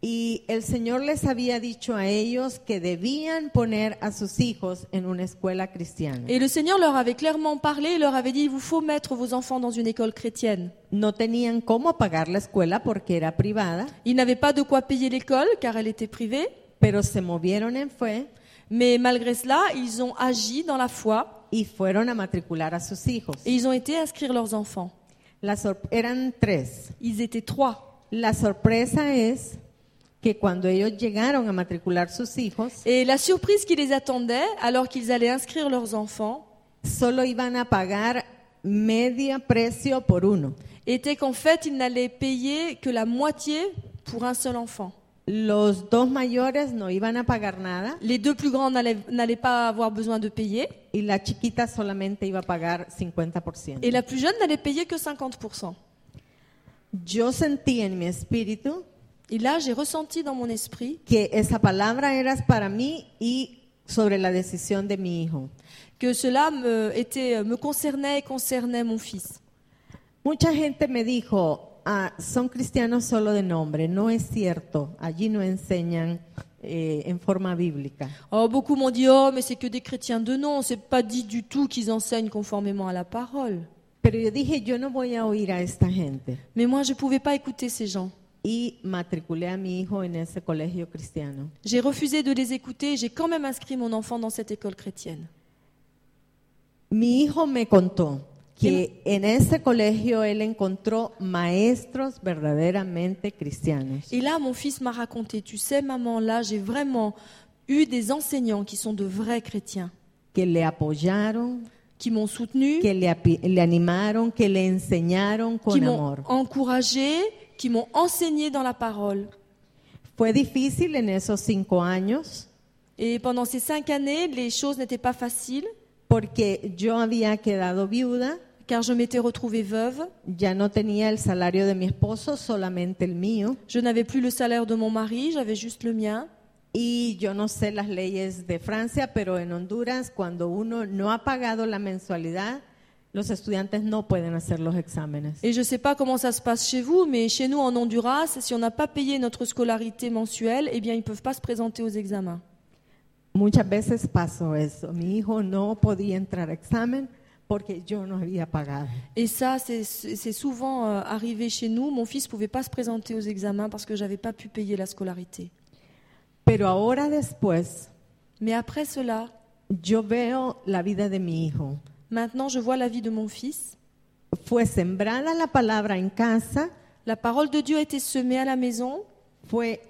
[SPEAKER 3] Y el Señor les había dicho a ellos que debían poner a sus hijos en una escuela cristiana.
[SPEAKER 2] Et le Seigneur leur avait clairement parlé, il leur avait dit il vous faut mettre vos enfants dans une école chrétienne.
[SPEAKER 3] No tenían cómo pagar la escuela porque era privada,
[SPEAKER 2] Ils n'avaient pas de quoi payer l'école car elle était privée,
[SPEAKER 3] pero se movieron en fe
[SPEAKER 2] mais malgré cela, ils ont agi dans la foi
[SPEAKER 3] y fueron a matricular a sus hijos.
[SPEAKER 2] et ils ont été inscrire leurs enfants.
[SPEAKER 3] La sor- eran tres.
[SPEAKER 2] Ils étaient trois.
[SPEAKER 3] La sorpresa es que cuando ellos llegaron a matricular sus hijos,
[SPEAKER 2] Et la surprise qui les attendait alors qu'ils allaient inscrire leurs enfants
[SPEAKER 3] solo iban a pagar media precio por uno.
[SPEAKER 2] était qu'en fait, ils n'allaient payer que la moitié pour un seul enfant.
[SPEAKER 3] Los dos mayores no iban a pagar nada
[SPEAKER 2] Les deux plus grands n'allaient n'allaient pas avoir besoin de payer
[SPEAKER 3] y la chiquita solamente iba a pagar 50%.
[SPEAKER 2] et la plus jeune n'allait payer que 50%.
[SPEAKER 3] Yo sentí en mi espíritu
[SPEAKER 2] Et là, j'ai ressenti dans mon esprit
[SPEAKER 3] que esa palabra era para mí y sobre la decisión de mi hijo.
[SPEAKER 2] que cela me, était, me concernait et concernait mon fils.
[SPEAKER 3] Mucha gente me dijo, "Ah, son cristianos solo de nombre. No es cierto. Allí no enseñan eh, en forma bíblica.
[SPEAKER 2] Oh, beaucoup m'ont dit Oh, mais c'est que des chrétiens de nom, c'est pas dit du tout qu'ils enseignent conformément à la parole.
[SPEAKER 3] Pero yo dije, yo no voy a oír a esta gente.
[SPEAKER 2] Mais moi, je pouvais pas écouter ces gens.
[SPEAKER 3] Y matriculé a mi hijo en ese colegio cristiano.
[SPEAKER 2] J'ai refusé de les écouter et j'ai quand même inscrit mon enfant dans cette école chrétienne.
[SPEAKER 3] Mi hijo me contó que en ese colegio él encontró maestros verdaderamente cristianos.
[SPEAKER 2] Et là, mon fils m'a raconté Tu sais, maman, là, j'ai vraiment eu des enseignants qui sont de vrais chrétiens,
[SPEAKER 3] que le apoyaron,
[SPEAKER 2] qui m'ont soutenu,
[SPEAKER 3] que le, api- le animaron, que le enseñaron
[SPEAKER 2] qui
[SPEAKER 3] con
[SPEAKER 2] m'ont
[SPEAKER 3] amor.
[SPEAKER 2] encouragé, qui m'ont enseigné dans la parole.
[SPEAKER 3] Fue difícil en esos cinco años
[SPEAKER 2] Et pendant ces cinq années, les choses n'étaient pas faciles,
[SPEAKER 3] porque yo había quedado viuda,
[SPEAKER 2] car je m'étais retrouvée veuve,
[SPEAKER 3] ya no tenía el salario de mi esposo, solamente el mío,
[SPEAKER 2] je n'avais plus le salaire de mon mari, j'avais juste le mien.
[SPEAKER 3] y yo no sé las leyes de Francia, pero en Honduras cuando uno no ha pagado la mensualidad, los estudiantes no pueden hacer los exámenes.
[SPEAKER 2] Et je ne sais pas comment ça se passe chez vous, mais chez nous en Honduras, si on n'a pas payé notre scolarité mensuelle, eh bien ils ne peuvent pas se présenter aux examens.
[SPEAKER 3] Muchas veces pasó eso. Mi hijo no podía entrar a examen porque yo no había pagado.
[SPEAKER 2] Et ça, c'est c'est souvent euh, arrivé chez nous. Mon fils pouvait pas se présenter aux examens parce que j'avais pas pu payer la scolarité.
[SPEAKER 3] Pero ahora después,
[SPEAKER 2] Mais après cela,
[SPEAKER 3] yo veo la vida de mi hijo.
[SPEAKER 2] maintenant, je vois la vie de mon fils.
[SPEAKER 3] Fue sembrada la palabra en casa,
[SPEAKER 2] La parole de Dieu a été semée à la maison.
[SPEAKER 3] fue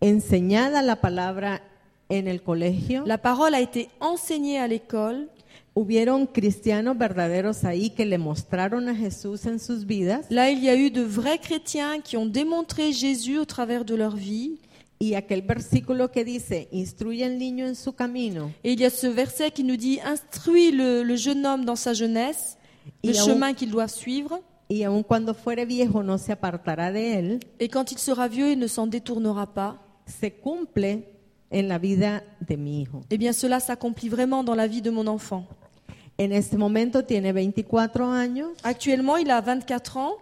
[SPEAKER 3] enseñada la palabra en el colegio.
[SPEAKER 2] La parole a été enseignée à l'école.
[SPEAKER 3] Hubieron cristianos verdaderos ahí que le mostraron a Jesús en sus vidas
[SPEAKER 2] Là, il y a eu de vrais chrétiens qui ont démontré Jésus au travers de leur vie.
[SPEAKER 3] y aquel versículo que dice, instruye al niño en su camino
[SPEAKER 2] Et il y a ce verset qui nous dit Instruis le, le jeune homme dans sa jeunesse, le
[SPEAKER 3] Et à-
[SPEAKER 2] chemin qu'ils doivent suivre.
[SPEAKER 3] y aun cuando fuere viejo no se apartará de él,
[SPEAKER 2] Et quand il sera vieux, il ne s'en détournera pas.
[SPEAKER 3] se cumple en la vida de mi hijo.
[SPEAKER 2] Eh bien, cela s'accomplit vraiment dans la vie de mon enfant.
[SPEAKER 3] En este momento tiene 24 años,
[SPEAKER 2] Actuellement, il a 24 ans.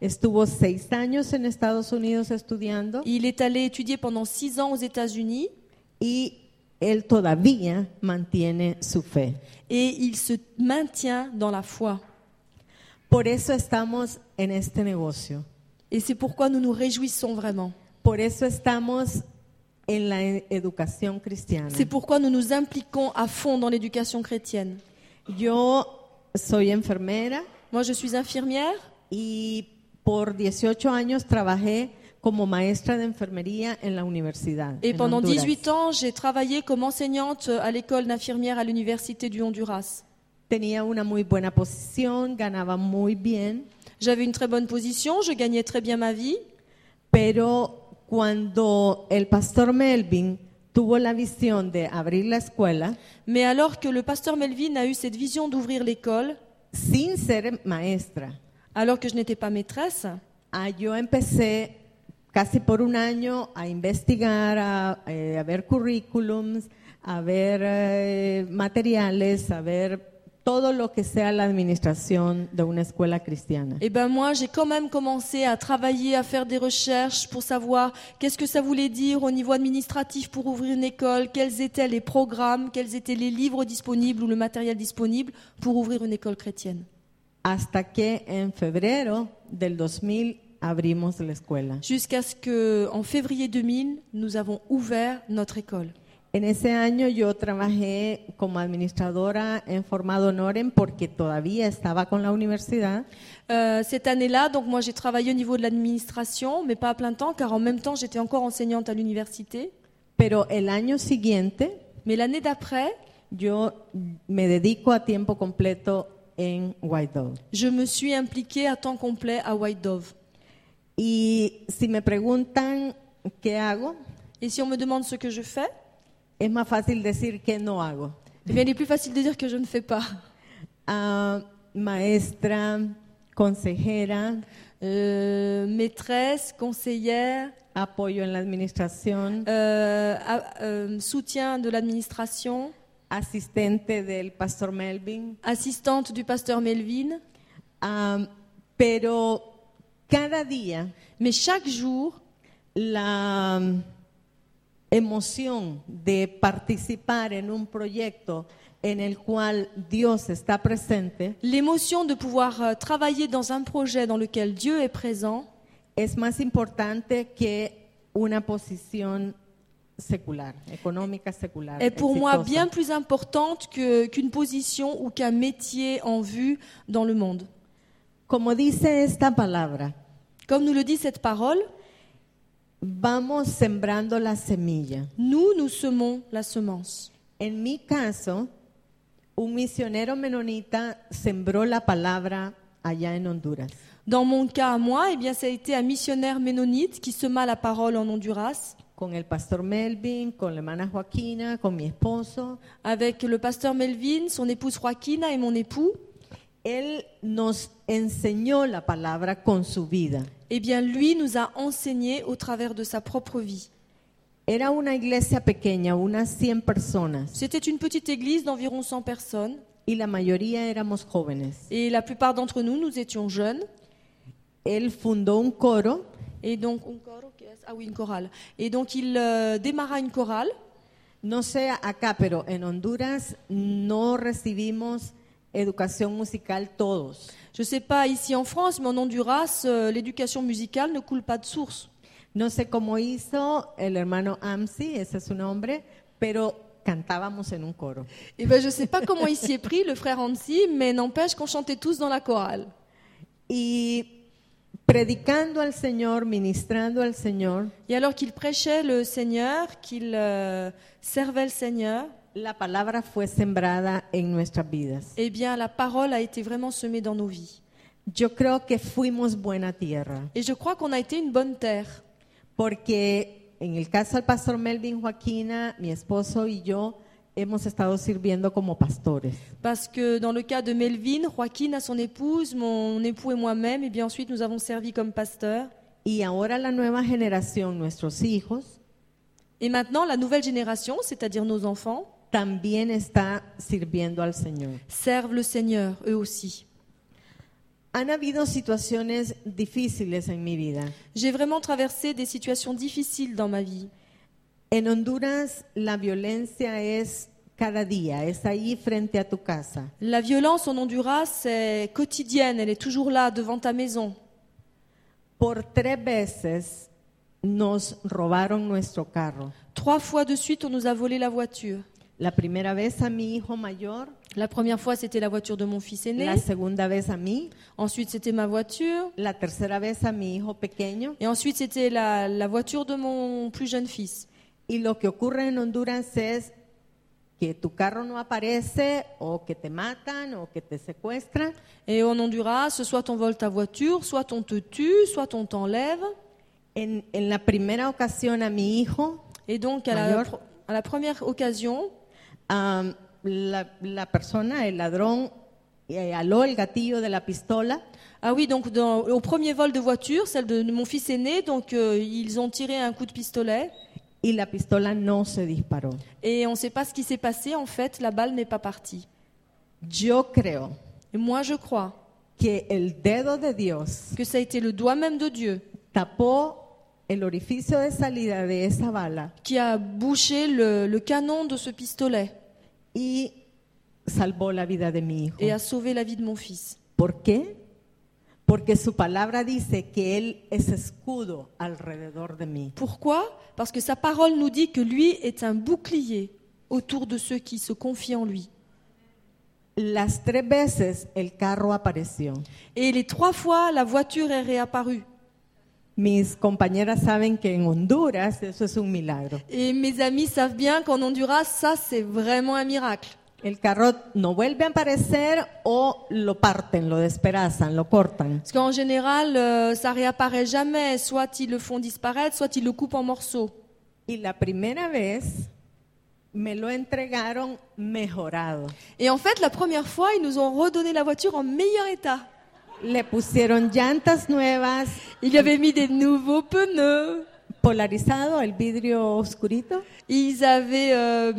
[SPEAKER 3] estuvo 6 años en Estados Unidos estudiando
[SPEAKER 2] Il est allé étudier pendant 6 ans aux États-Unis
[SPEAKER 3] y él todavía mantiene su fe.
[SPEAKER 2] et il se maintient dans la foi.
[SPEAKER 3] Por eso estamos en este negocio.
[SPEAKER 2] Et c'est pourquoi nous nous réjouissons vraiment.
[SPEAKER 3] Por eso estamos en la e- educación cristiana.
[SPEAKER 2] C'est pourquoi nous nous impliquons à fond dans l'éducation chrétienne.
[SPEAKER 3] Yo soy enfermera
[SPEAKER 2] Moi, je suis infirmière
[SPEAKER 3] y por 18 años trabajé como maestra de enfermería en la universidad.
[SPEAKER 2] et
[SPEAKER 3] en
[SPEAKER 2] pendant
[SPEAKER 3] Honduras.
[SPEAKER 2] 18 ans, j'ai travaillé comme enseignante à l'école d'infirmière à l'Université du Honduras.
[SPEAKER 3] Tenía una muy buena posición, ganaba muy bien,
[SPEAKER 2] J'avais une très bonne position, je gagnais très bien ma vie,
[SPEAKER 3] pero cuando el pastor Melvin tuvo la visión de abrir la escuela,
[SPEAKER 2] mais alors que le pasteur Melvin a eu cette vision d'ouvrir l'école,
[SPEAKER 3] sin ser maestra,
[SPEAKER 2] alors que je n'étais pas maîtresse,
[SPEAKER 3] Ah, yo empecé casi por un año a investigar, a, eh, a ver currículums, a ver eh, materiales, a ver todo lo que sea la administración de una escuela cristiana.
[SPEAKER 2] Eh ben moi, j'ai quand même commencé à travailler, à faire des recherches pour savoir qu'est-ce que ça voulait dire au niveau administratif pour ouvrir une école, quels étaient les programmes, quels étaient les livres disponibles ou le matériel disponible pour ouvrir une école chrétienne.
[SPEAKER 3] Hasta que en febrero del 2000 abrimos la escuela.
[SPEAKER 2] Jusqu'à ce que, en février 2000, nous avons ouvert notre école.
[SPEAKER 3] En ese año yo trabajé como administradora en formado honorem porque todavía estaba con la universidad.
[SPEAKER 2] Euh, cette année-là, donc moi, j'ai travaillé au niveau de l'administration, mais pas à plein temps, car en même temps, j'étais encore enseignante à l'université.
[SPEAKER 3] Pero el año siguiente
[SPEAKER 2] Mais l'année d'après,
[SPEAKER 3] Yo me dedico a tiempo completo en White Dog.
[SPEAKER 2] je me suis impliquée à temps complet à White Dove.
[SPEAKER 3] Y si me preguntan qué hago,
[SPEAKER 2] Et si on me demande ce que je fais,
[SPEAKER 3] es más fácil decir qué no hago.
[SPEAKER 2] eh bien, il est plus facile de dire que je ne fais pas.
[SPEAKER 3] Ah, maestra, consejera,
[SPEAKER 2] Euh, maîtresse, conseillère,
[SPEAKER 3] apoyo en la administración,
[SPEAKER 2] euh, a- euh, soutien de l'administration,
[SPEAKER 3] asistente del pastor Melvin,
[SPEAKER 2] assistante du pasteur Melvin,
[SPEAKER 3] ah, Pero cada día
[SPEAKER 2] Mais chaque jour,
[SPEAKER 3] la mm, emoción de participar en un proyecto en el cual Dios está presente
[SPEAKER 2] l'émotion de pouvoir euh, travailler dans un projet dans lequel Dieu est présent
[SPEAKER 3] es más importante que una posición secular, económica secular.
[SPEAKER 2] est pour moi
[SPEAKER 3] exitosa.
[SPEAKER 2] bien plus importante que- qu'une position ou qu'un métier en vue dans le monde.
[SPEAKER 3] Como dice esta palabra,
[SPEAKER 2] Comme nous le dit cette parole,
[SPEAKER 3] vamos sembrando la semilla.
[SPEAKER 2] nous, nous semons la semence.
[SPEAKER 3] En mi caso, un misionero menonita sembró la palabra allá en Honduras.
[SPEAKER 2] Dans mon cas à moi, eh bien, ça a été un missionnaire ménonite qui sema la parole en Honduras
[SPEAKER 3] Con el pastor Melvin, con la hermana Joaquina, con mi esposo.
[SPEAKER 2] avec le pasteur Melvin, son épouse Joaquina et mon époux.
[SPEAKER 3] Él nos enseñó la palabra con su vida.
[SPEAKER 2] Eh bien, lui nous a enseigné au travers de sa propre vie.
[SPEAKER 3] Era una iglesia pequeña, unas 100 personas,
[SPEAKER 2] C'était une petite église d'environ 100 personnes
[SPEAKER 3] y la mayoría éramos jóvenes.
[SPEAKER 2] et la plupart d'entre nous, nous étions jeunes.
[SPEAKER 3] Él fundó un coro
[SPEAKER 2] Et donc, un coro, que es- ah oui, une chorale. Et donc, il euh, démarra une chorale.
[SPEAKER 3] No sé acá, pero en Honduras no recibimos educación musical todos.
[SPEAKER 2] Je ne sais pas ici en France, mais en Honduras, euh, l'éducation musicale ne coule pas de source.
[SPEAKER 3] No sé cómo hizo el hermano Amsi, ese es su nombre, pero cantábamos en un coro.
[SPEAKER 2] Et ben, je ne sais pas comment il s'y est pris, le frère Hansi, mais n'empêche qu'on chantait tous dans la chorale.
[SPEAKER 3] Y predicando al Señor, ministrando al Señor,
[SPEAKER 2] Et alors qu'il prêchait le Seigneur, qu'il euh, servait le Seigneur,
[SPEAKER 3] la palabra fue sembrada en nuestras vidas.
[SPEAKER 2] eh bien, la parole a été vraiment semée dans nos vies.
[SPEAKER 3] Yo creo que fuimos buena tierra,
[SPEAKER 2] Et je crois qu'on a été une bonne terre.
[SPEAKER 3] porque en el caso del pastor Melvin Joaquina, mi esposo y yo hemos estado sirviendo como pastores.
[SPEAKER 2] Parce que dans le cas de Melvin, Joaquin à son épouse, mon époux et moi-même, et bien ensuite nous avons servi comme pasteurs.
[SPEAKER 3] Y ahora la nueva generación, nuestros hijos,
[SPEAKER 2] Et maintenant, la nouvelle génération, c'est-à-dire nos enfants,
[SPEAKER 3] también está sirviendo al Señor.
[SPEAKER 2] servent le Seigneur, eux aussi.
[SPEAKER 3] Han habido situaciones difíciles en mi vida.
[SPEAKER 2] J'ai vraiment traversé des situations difficiles dans ma vie.
[SPEAKER 3] En Honduras la violencia es cada día, es ahí frente a tu casa.
[SPEAKER 2] La violence en Honduras est quotidienne, elle est toujours là, devant ta maison.
[SPEAKER 3] Por tres veces nos robaron nuestro carro.
[SPEAKER 2] Trois fois de suite, on nous a volé la voiture.
[SPEAKER 3] La primera vez a mi hijo mayor,
[SPEAKER 2] La première fois, c'était la voiture de mon fils aîné.
[SPEAKER 3] la segunda vez a mí,
[SPEAKER 2] Ensuite, c'était ma voiture.
[SPEAKER 3] la tercera vez a mi hijo pequeño.
[SPEAKER 2] Et ensuite, c'était la, la voiture de mon plus jeune fils.
[SPEAKER 3] Y lo que ocurre en Honduras es que tu carro no aparece o que te matan o que te secuestran
[SPEAKER 2] Et en Honduras, soit on vole ta voiture, soit on te tue, soit on t'enlève.
[SPEAKER 3] En, en la primera ocasión a mi hijo,
[SPEAKER 2] Et donc, à la,
[SPEAKER 3] Mayor.
[SPEAKER 2] pro- à la première occasion,
[SPEAKER 3] am, la, la persona, el ladrón, eh, aló el gatillo de la pistola
[SPEAKER 2] ah oui, donc dans- au premier vol de voiture, celle de mon fils aîné, donc euh, ils ont tiré un coup de pistolet
[SPEAKER 3] y la pistola no se disparó.
[SPEAKER 2] et on ne sait pas ce qui s'est passé. En fait, la balle n'est pas partie.
[SPEAKER 3] Yo creo
[SPEAKER 2] Et moi, je crois
[SPEAKER 3] que el dedo de Dios
[SPEAKER 2] que ça a été le doigt même de Dieu
[SPEAKER 3] tapó el orificio de salida de esa bala
[SPEAKER 2] qui a bouché le, le canon de ce pistolet
[SPEAKER 3] y salvó la vida de mi hijo.
[SPEAKER 2] et a sauvé la vie de mon fils.
[SPEAKER 3] ¿Por qué? Porque su palabra dice que Él es escudo alrededor de mí.
[SPEAKER 2] Pourquoi Parce que sa parole nous dit que lui est un bouclier autour de ceux qui se confient en lui.
[SPEAKER 3] Las tres veces el carro apareció.
[SPEAKER 2] Et les trois fois, la voiture est réapparue.
[SPEAKER 3] Mis compañeras saben que en Honduras eso es un milagro.
[SPEAKER 2] Et mes amis savent bien qu'en Honduras, ça, c'est vraiment un miracle.
[SPEAKER 3] El carro no vuelve a aparecer o lo parten, lo despedazan, lo cortan.
[SPEAKER 2] Parce qu'en général, euh, ça réapparaît jamais. Soit ils le font disparaître, soit ils le coupent en morceaux.
[SPEAKER 3] Y la primera vez me lo entregaron mejorado.
[SPEAKER 2] Et en fait, la première fois, ils nous ont redonné la voiture en meilleur état.
[SPEAKER 3] Le pusieron llantas nuevas,
[SPEAKER 2] Il y avait mis des nouveaux pneus.
[SPEAKER 3] polarizado, el vidrio oscurito.
[SPEAKER 2] Ils avaient euh,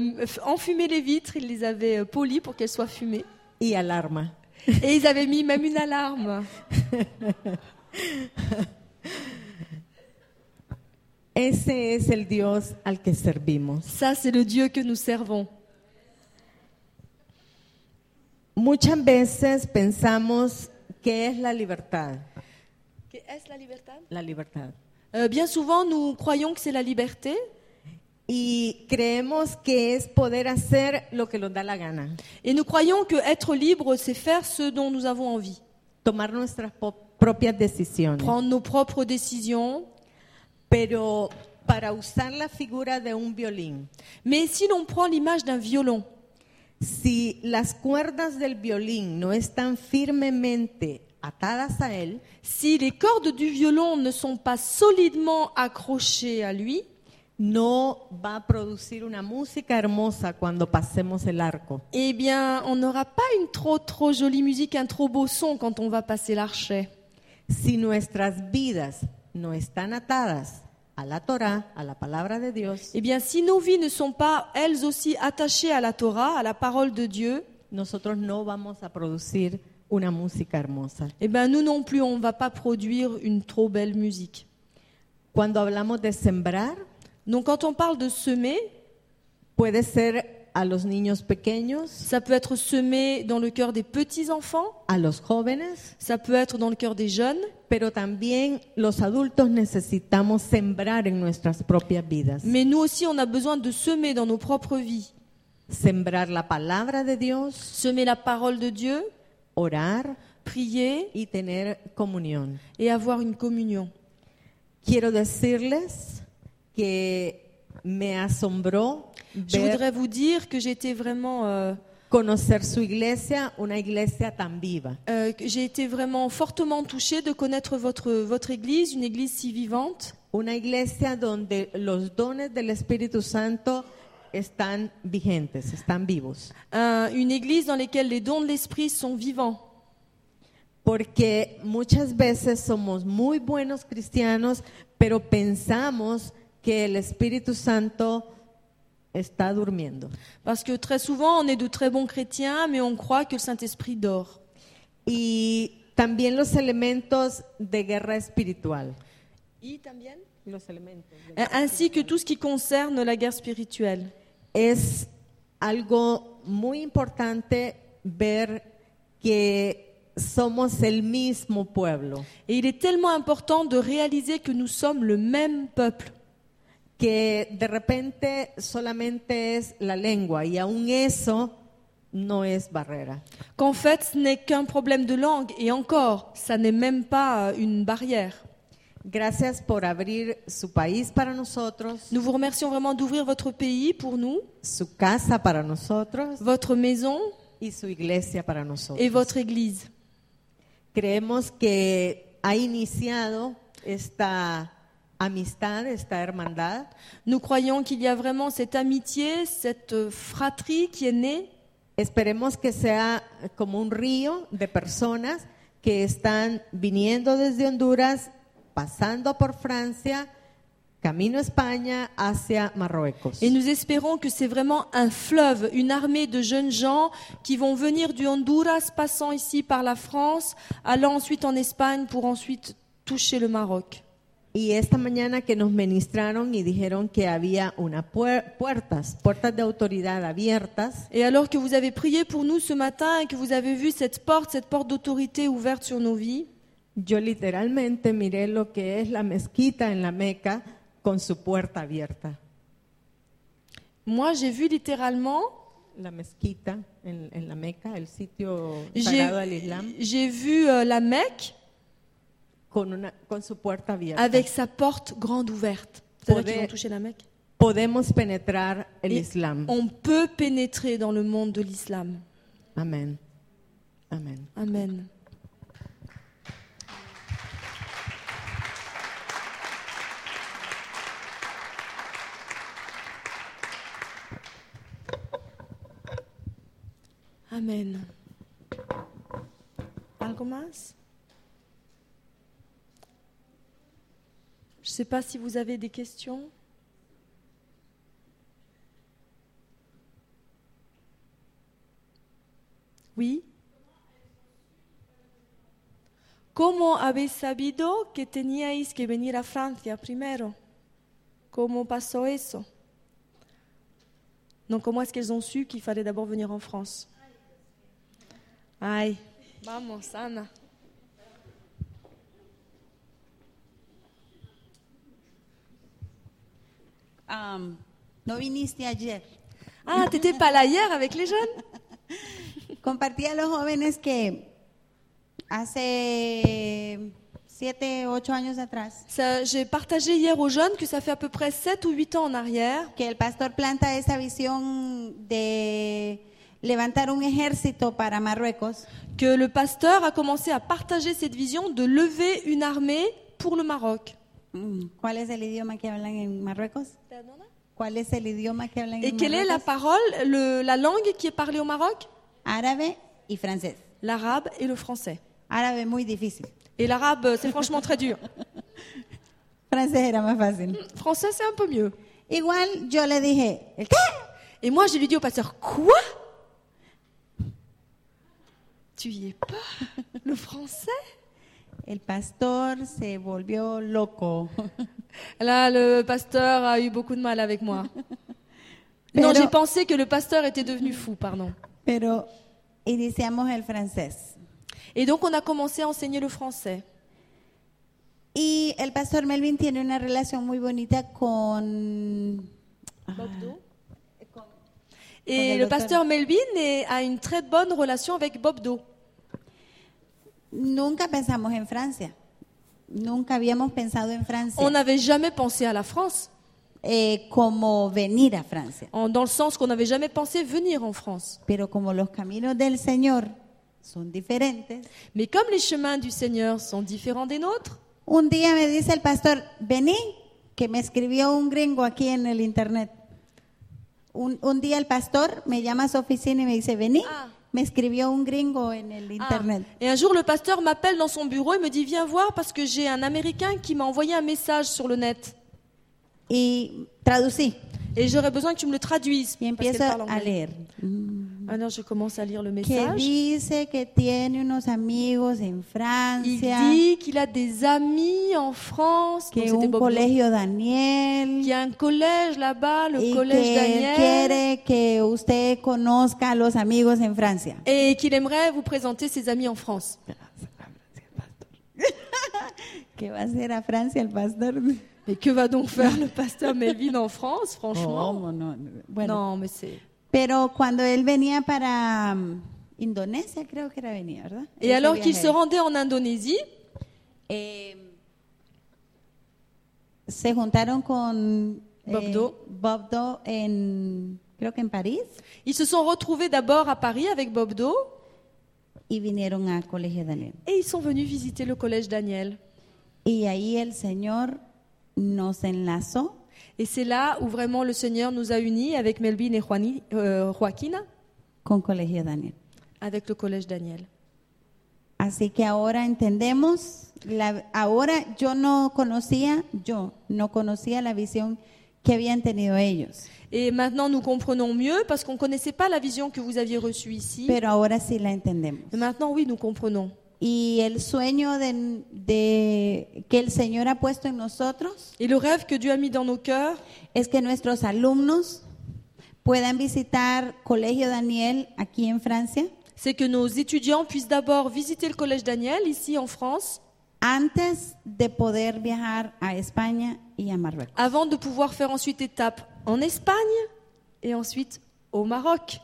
[SPEAKER 2] enfumé les vitres, ils les avaient euh, polies pour qu'elles soient fumées.
[SPEAKER 3] y alarma.
[SPEAKER 2] Et ils avaient mis même une alarme.
[SPEAKER 3] Ese es el Dios al que servimos.
[SPEAKER 2] Ça, c'est le Dieu que nous servons.
[SPEAKER 3] Muchas veces pensamos que es la libertad. La libertad.
[SPEAKER 2] Euh, bien souvent, nous croyons que c'est la liberté
[SPEAKER 3] Y creemos que es poder hacer lo que nos da la gana.
[SPEAKER 2] et nous croyons que être libre, c'est faire ce dont nous avons envie.
[SPEAKER 3] Tomar nuestras po- propias decisiones.
[SPEAKER 2] Prendre nos propres décisions.
[SPEAKER 3] Pero para usar la figura de un violín,
[SPEAKER 2] Mais si l'on prend l'image d'un violon,
[SPEAKER 3] si las cuerdas del violín no están firmemente atadas a él,
[SPEAKER 2] si les cordes du violon ne sont pas solidement accrochées à lui,
[SPEAKER 3] no va a producir una música hermosa cuando pasemos el arco.
[SPEAKER 2] eh bien, on n'aura pas une trop trop jolie musique, un trop beau son quand on va passer l'archet.
[SPEAKER 3] Si nuestras vidas no están atadas a la Torá, a la palabra de Dios,
[SPEAKER 2] Eh bien, si nos vies ne sont pas elles aussi attachées à la Torah, à la parole de Dieu,
[SPEAKER 3] nosotros no vamos a producir una música hermosa.
[SPEAKER 2] eh bien, nous non plus, on ne va pas produire une trop belle musique.
[SPEAKER 3] Cuando hablamos de sembrar,
[SPEAKER 2] Donc, quand on parle de semer,
[SPEAKER 3] puede ser a los niños pequeños,
[SPEAKER 2] ça peut être semé dans le cœur des petits enfants,
[SPEAKER 3] a los jóvenes,
[SPEAKER 2] ça peut être dans le cœur des jeunes,
[SPEAKER 3] pero también los adultos necesitamos sembrar en nuestras propias vidas.
[SPEAKER 2] mais nous aussi, on a besoin de semer dans nos propres vies.
[SPEAKER 3] Sembrar la palabra de Dios,
[SPEAKER 2] Semer la parole de Dieu,
[SPEAKER 3] orar
[SPEAKER 2] prier
[SPEAKER 3] y tener comunión.
[SPEAKER 2] et avoir une communion.
[SPEAKER 3] Quiero decirles que me asombró
[SPEAKER 2] Je
[SPEAKER 3] ver,
[SPEAKER 2] voudrais vous dire que j'étais vraiment, euh,
[SPEAKER 3] conocer su iglesia, una iglesia tan viva.
[SPEAKER 2] euh, que j'ai été vraiment fortement touchée de connaître votre, votre église, une église si vivante,
[SPEAKER 3] Una iglesia donde los dones del Espíritu Santo están vigentes, están vivos.
[SPEAKER 2] un- une église dans laquelle les dons de l'esprit sont vivants.
[SPEAKER 3] Porque muchas veces somos muy buenos cristianos, pero pensamos que el Espíritu Santo está durmiendo.
[SPEAKER 2] Parce que très souvent, on est de très bons chrétiens, mais on croit que le Saint-Esprit dort.
[SPEAKER 3] Y también los elementos de guerra espiritual. Los elementos.
[SPEAKER 2] A- Euh, Ainsi que tout ce qui concerne la guerre spirituelle.
[SPEAKER 3] Es algo muy importante ver que somos el mismo pueblo,
[SPEAKER 2] Et il est tellement important de réaliser que nous sommes le même peuple.
[SPEAKER 3] que de repente solamente es la lengua y aún eso no es barrera.
[SPEAKER 2] Qu'en fait, ce n'est qu'un problème de langue, et encore, ça n'est même pas euh, une barrière.
[SPEAKER 3] Gracias por abrir su país para nosotros,
[SPEAKER 2] Nous vous remercions vraiment d'ouvrir votre pays pour nous,
[SPEAKER 3] su casa para nosotros
[SPEAKER 2] votre maison
[SPEAKER 3] y su iglesia para nosotros.
[SPEAKER 2] et votre église.
[SPEAKER 3] Creemos que ha iniciado esta amistad, esta hermandad,
[SPEAKER 2] Nous croyons qu'il y a vraiment cette amitié, cette euh, fratrie qui est née.
[SPEAKER 3] Esperemos que sea como un río de personas que están viniendo desde Honduras, pasando por Francia, camino a España, hacia Marruecos.
[SPEAKER 2] Et nous espérons que c'est vraiment un fleuve, une armée de jeunes gens qui vont venir du Honduras, passant ici par la France, allant ensuite en Espagne pour ensuite toucher le Maroc.
[SPEAKER 3] Y esta mañana que nos ministraron y dijeron que había unas puertas, puertas de autoridad abiertas,
[SPEAKER 2] Et alors que vous avez prié pour nous ce matin et que vous avez vu cette porte, cette porte d'autorité ouverte sur nos vies,
[SPEAKER 3] yo literalmente miré lo que es la mezquita en la Meca con su puerta abierta.
[SPEAKER 2] moi j'ai vu littéralement
[SPEAKER 3] La mezquita en, en la Meca, el sitio
[SPEAKER 2] J'ai
[SPEAKER 3] sagrado al Islam.
[SPEAKER 2] j'ai vu euh, la Mecque
[SPEAKER 3] con, una, con su puerta abierta.
[SPEAKER 2] avec sa porte grande ouverte. C'est-à-dire
[SPEAKER 3] Faudrait-
[SPEAKER 2] qu'ils ont touché la Mecque.
[SPEAKER 3] Podemos penetrar el
[SPEAKER 2] Et
[SPEAKER 3] Islam.
[SPEAKER 2] On peut pénétrer dans le monde de l'islam.
[SPEAKER 3] Amén. Amén.
[SPEAKER 2] Amen. Amen. Algo más? Je ne sais pas si vous avez des questions. Oui ¿Cómo habéis sabido que teníais que venir a Francia primero? ¿Cómo pasó eso? Donc, comment est-ce qu'elles ont su qu'il fallait d'abord venir en France Aïe. Vamos, Ana.
[SPEAKER 1] Am, no viniste ayer.
[SPEAKER 2] Ah, t'étais pas là hier avec les jeunes
[SPEAKER 1] Compartí a los jóvenes que hace siete, ocho años atrás,
[SPEAKER 2] Ça, J'ai partagé hier aux jeunes que ça fait à peu près 7 ou 8 ans en arrière
[SPEAKER 1] que el pastor planta esa visión de levantar un ejército para Marruecos
[SPEAKER 2] que le pasteur a commencé à partager cette vision de lever une armée pour le Maroc.
[SPEAKER 1] Mm, ¿Cuál es el idioma que hablan en Marruecos? ¿Cuál es el idioma que hablan
[SPEAKER 2] Et
[SPEAKER 1] en
[SPEAKER 2] quelle est la
[SPEAKER 1] Marruecos?
[SPEAKER 2] parole, le- la langue qui est parlée au Maroc
[SPEAKER 1] Árabe y francés.
[SPEAKER 2] L'arabe et le français.
[SPEAKER 1] Árabe muy difícil.
[SPEAKER 2] Et l'arabe, euh, c'est franchement très dur.
[SPEAKER 1] Francés era más fácil.
[SPEAKER 2] Français, c'est un peu mieux.
[SPEAKER 1] Igual yo le dije, ¿el qué?
[SPEAKER 2] Et moi, je lui dis au pasteur, quoi Tu y es pas Le français
[SPEAKER 1] El pastor se volvió loco.
[SPEAKER 2] Là, le pasteur a eu beaucoup de mal avec moi.
[SPEAKER 1] Mais
[SPEAKER 2] non,
[SPEAKER 1] alors-
[SPEAKER 2] j'ai pensé que le pasteur était devenu fou, pardon.
[SPEAKER 1] Pero iniciamos el francés.
[SPEAKER 2] Et donc, on a commencé à enseigner le français.
[SPEAKER 1] Y el pastor Melvin tiene una relación muy bonita con...
[SPEAKER 2] Et
[SPEAKER 1] On a
[SPEAKER 2] le
[SPEAKER 1] noté-
[SPEAKER 2] pasteur Melvin est- a une très bonne relation avec Bob Do.
[SPEAKER 1] Nunca pensamos en Francia. Nunca habíamos pensado en Francia
[SPEAKER 2] On n'avait jamais pensé à la France,
[SPEAKER 1] eh, como venir a Francia.
[SPEAKER 2] en- dans le sens qu'on n'avait jamais pensé venir en France.
[SPEAKER 1] Pero como los caminos del Señor son diferentes,
[SPEAKER 2] Mais comme les chemins du Seigneur sont différents des nôtres,
[SPEAKER 1] un día me dice el pastor, vení, que me escribió un gringo aquí en el internet. Un, un día el pastor me llama a su oficina y me dice, vení,
[SPEAKER 2] Ah.
[SPEAKER 1] me escribió un gringo en el
[SPEAKER 2] Ah.
[SPEAKER 1] internet.
[SPEAKER 2] Et un jour, le pasteur m'appelle dans son bureau et me dit Viens voir parce que j'ai un Américain qui m'a envoyé un message sur le net.
[SPEAKER 1] Y traducí
[SPEAKER 2] Et j'aurais besoin que tu me le traduises.
[SPEAKER 1] y
[SPEAKER 2] parce qu'elle
[SPEAKER 1] empiezo
[SPEAKER 2] parle
[SPEAKER 1] a
[SPEAKER 2] anglais.
[SPEAKER 1] leer.
[SPEAKER 2] Alors, je commence à lire le
[SPEAKER 1] Que
[SPEAKER 2] message.
[SPEAKER 1] dice que tiene unos amigos en
[SPEAKER 2] Il
[SPEAKER 1] Francia,
[SPEAKER 2] dit qu'il a des amis en France, donc
[SPEAKER 1] que
[SPEAKER 2] c'était
[SPEAKER 1] un
[SPEAKER 2] Bob Do.
[SPEAKER 1] colegio Daniel.
[SPEAKER 2] Il y a un collège là-bas, le
[SPEAKER 1] y
[SPEAKER 2] collège
[SPEAKER 1] que él
[SPEAKER 2] Daniel.
[SPEAKER 1] quiere que usted conozca a los amigos en Francia.
[SPEAKER 2] et qu'il aimerait vous présenter ses amis en France.
[SPEAKER 1] ¿Qué va a hacer a Francia el pastor?
[SPEAKER 2] Mais que va donc faire le pasteur Melvin en France, franchement
[SPEAKER 1] ¿Cómo no? Oh, Bueno,
[SPEAKER 2] Non, mais c'est.
[SPEAKER 1] pero cuando él venía para mm, Indonesia, creo que era venía, ¿verdad?
[SPEAKER 2] Et
[SPEAKER 1] Ese
[SPEAKER 2] alors qu'il
[SPEAKER 1] viaje.
[SPEAKER 2] se rendait en Indonésie,
[SPEAKER 1] Eh, se juntaron con
[SPEAKER 2] Bob
[SPEAKER 1] eh,
[SPEAKER 2] Do.
[SPEAKER 1] Bob Do en, creo que en París,
[SPEAKER 2] ils se sont retrouvés d'abord à Paris avec Bob Do
[SPEAKER 1] y vinieron a Colegio Daniel.
[SPEAKER 2] et ils sont venus visiter le collège Daniel.
[SPEAKER 1] Y ahí el Señor nos enlazó
[SPEAKER 2] Et c'est là où vraiment le Seigneur nous a unis avec Melvin et Juani- euh, Joaquina,
[SPEAKER 1] con Colegio Daniel.
[SPEAKER 2] avec le collège Daniel.
[SPEAKER 1] Así que ahora entendemos, la- ahora yo no conocía, yo no conocía la visión que habían tenido ellos,
[SPEAKER 2] Et maintenant nous comprenons mieux parce qu'on ne connaissait pas la vision que vous aviez reçue ici.
[SPEAKER 1] pero ahora sí la entendemos.
[SPEAKER 2] Mais maintenant oui, nous comprenons.
[SPEAKER 1] Y el sueño de, de- que el Señor ha puesto en nosotros
[SPEAKER 2] Et le rêve que Dieu a mis dans nos cœurs,
[SPEAKER 1] es que nuestros alumnos puedan visitar Colegio Daniel aquí en Francia
[SPEAKER 2] c'est que nos étudiants puissent d'abord visiter le collège Daniel ici en France
[SPEAKER 1] antes de poder viajar a España y a Marruecos.
[SPEAKER 2] avant de pouvoir faire ensuite étape en Espagne et ensuite au Maroc.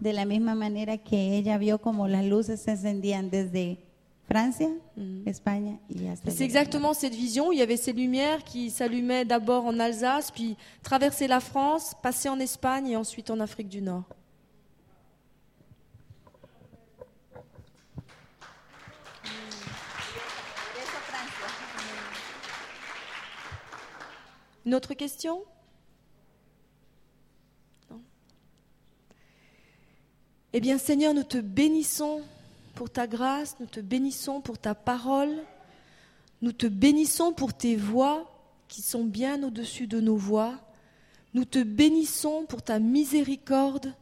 [SPEAKER 1] De la misma manera que ella vio como las luces se encendían desde Francia, España y hasta
[SPEAKER 2] C'est
[SPEAKER 1] llegar.
[SPEAKER 2] exactement cette vision. Il y avait ces lumières qui s'allumaient d'abord en Alsace, puis traversaient la France, passaient en Espagne et ensuite en Afrique du Nord. Une autre question Non. Eh bien Seigneur, nous te bénissons pour ta grâce, nous te bénissons pour ta parole. Nous te bénissons pour tes voix qui sont bien au-dessus de nos voix. Nous te bénissons pour ta miséricorde.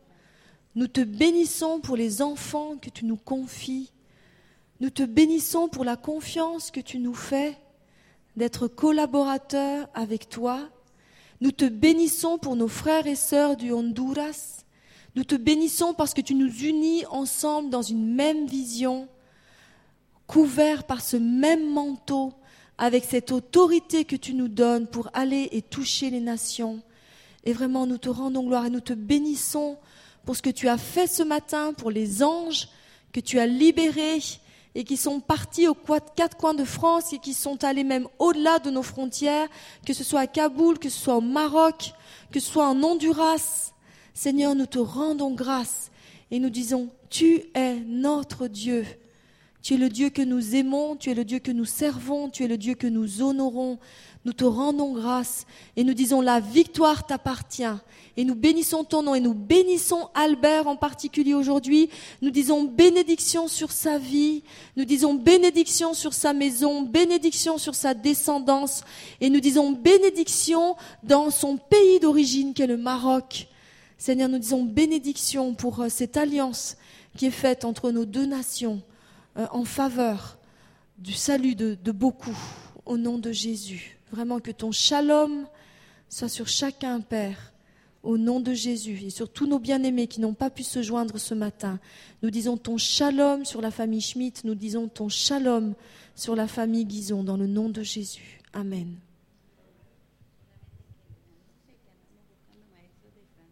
[SPEAKER 2] Nous te bénissons pour les enfants que tu nous confies. Nous te bénissons pour la confiance que tu nous fais d'être collaborateurs avec toi. Nous te bénissons pour nos frères et sœurs du Honduras. Nous te bénissons parce que tu nous unis ensemble dans une même vision, couverts par ce même manteau, avec cette autorité que tu nous donnes pour aller et toucher les nations. Et vraiment, nous te rendons gloire et nous te bénissons pour ce que tu as fait ce matin, pour les anges que tu as libérés et qui sont partis aux quatre coins de France et qui sont allés même au-delà de nos frontières, que ce soit à Kaboul, que ce soit au Maroc, que ce soit en Honduras. Seigneur, nous te rendons grâce et nous disons, tu es notre Dieu. Tu es le Dieu que nous aimons, tu es le Dieu que nous servons, tu es le Dieu que nous honorons. Nous te rendons grâce et nous disons la victoire t'appartient. Et nous bénissons ton nom et nous bénissons Albert en particulier aujourd'hui. Nous disons bénédiction sur sa vie, nous disons bénédiction sur sa maison, bénédiction sur sa descendance et nous disons bénédiction dans son pays d'origine qu'est le Maroc. Seigneur, nous disons bénédiction pour euh, cette alliance qui est faite entre nos deux nations euh, en faveur du salut de, de beaucoup au nom de Jésus. Vraiment que ton shalom soit sur chacun, Père, au nom de Jésus et sur tous nos bien-aimés qui n'ont pas pu se joindre ce matin. Nous disons ton shalom sur la famille Schmitt, nous disons ton shalom sur la famille Guison, dans le nom de Jésus. Amen.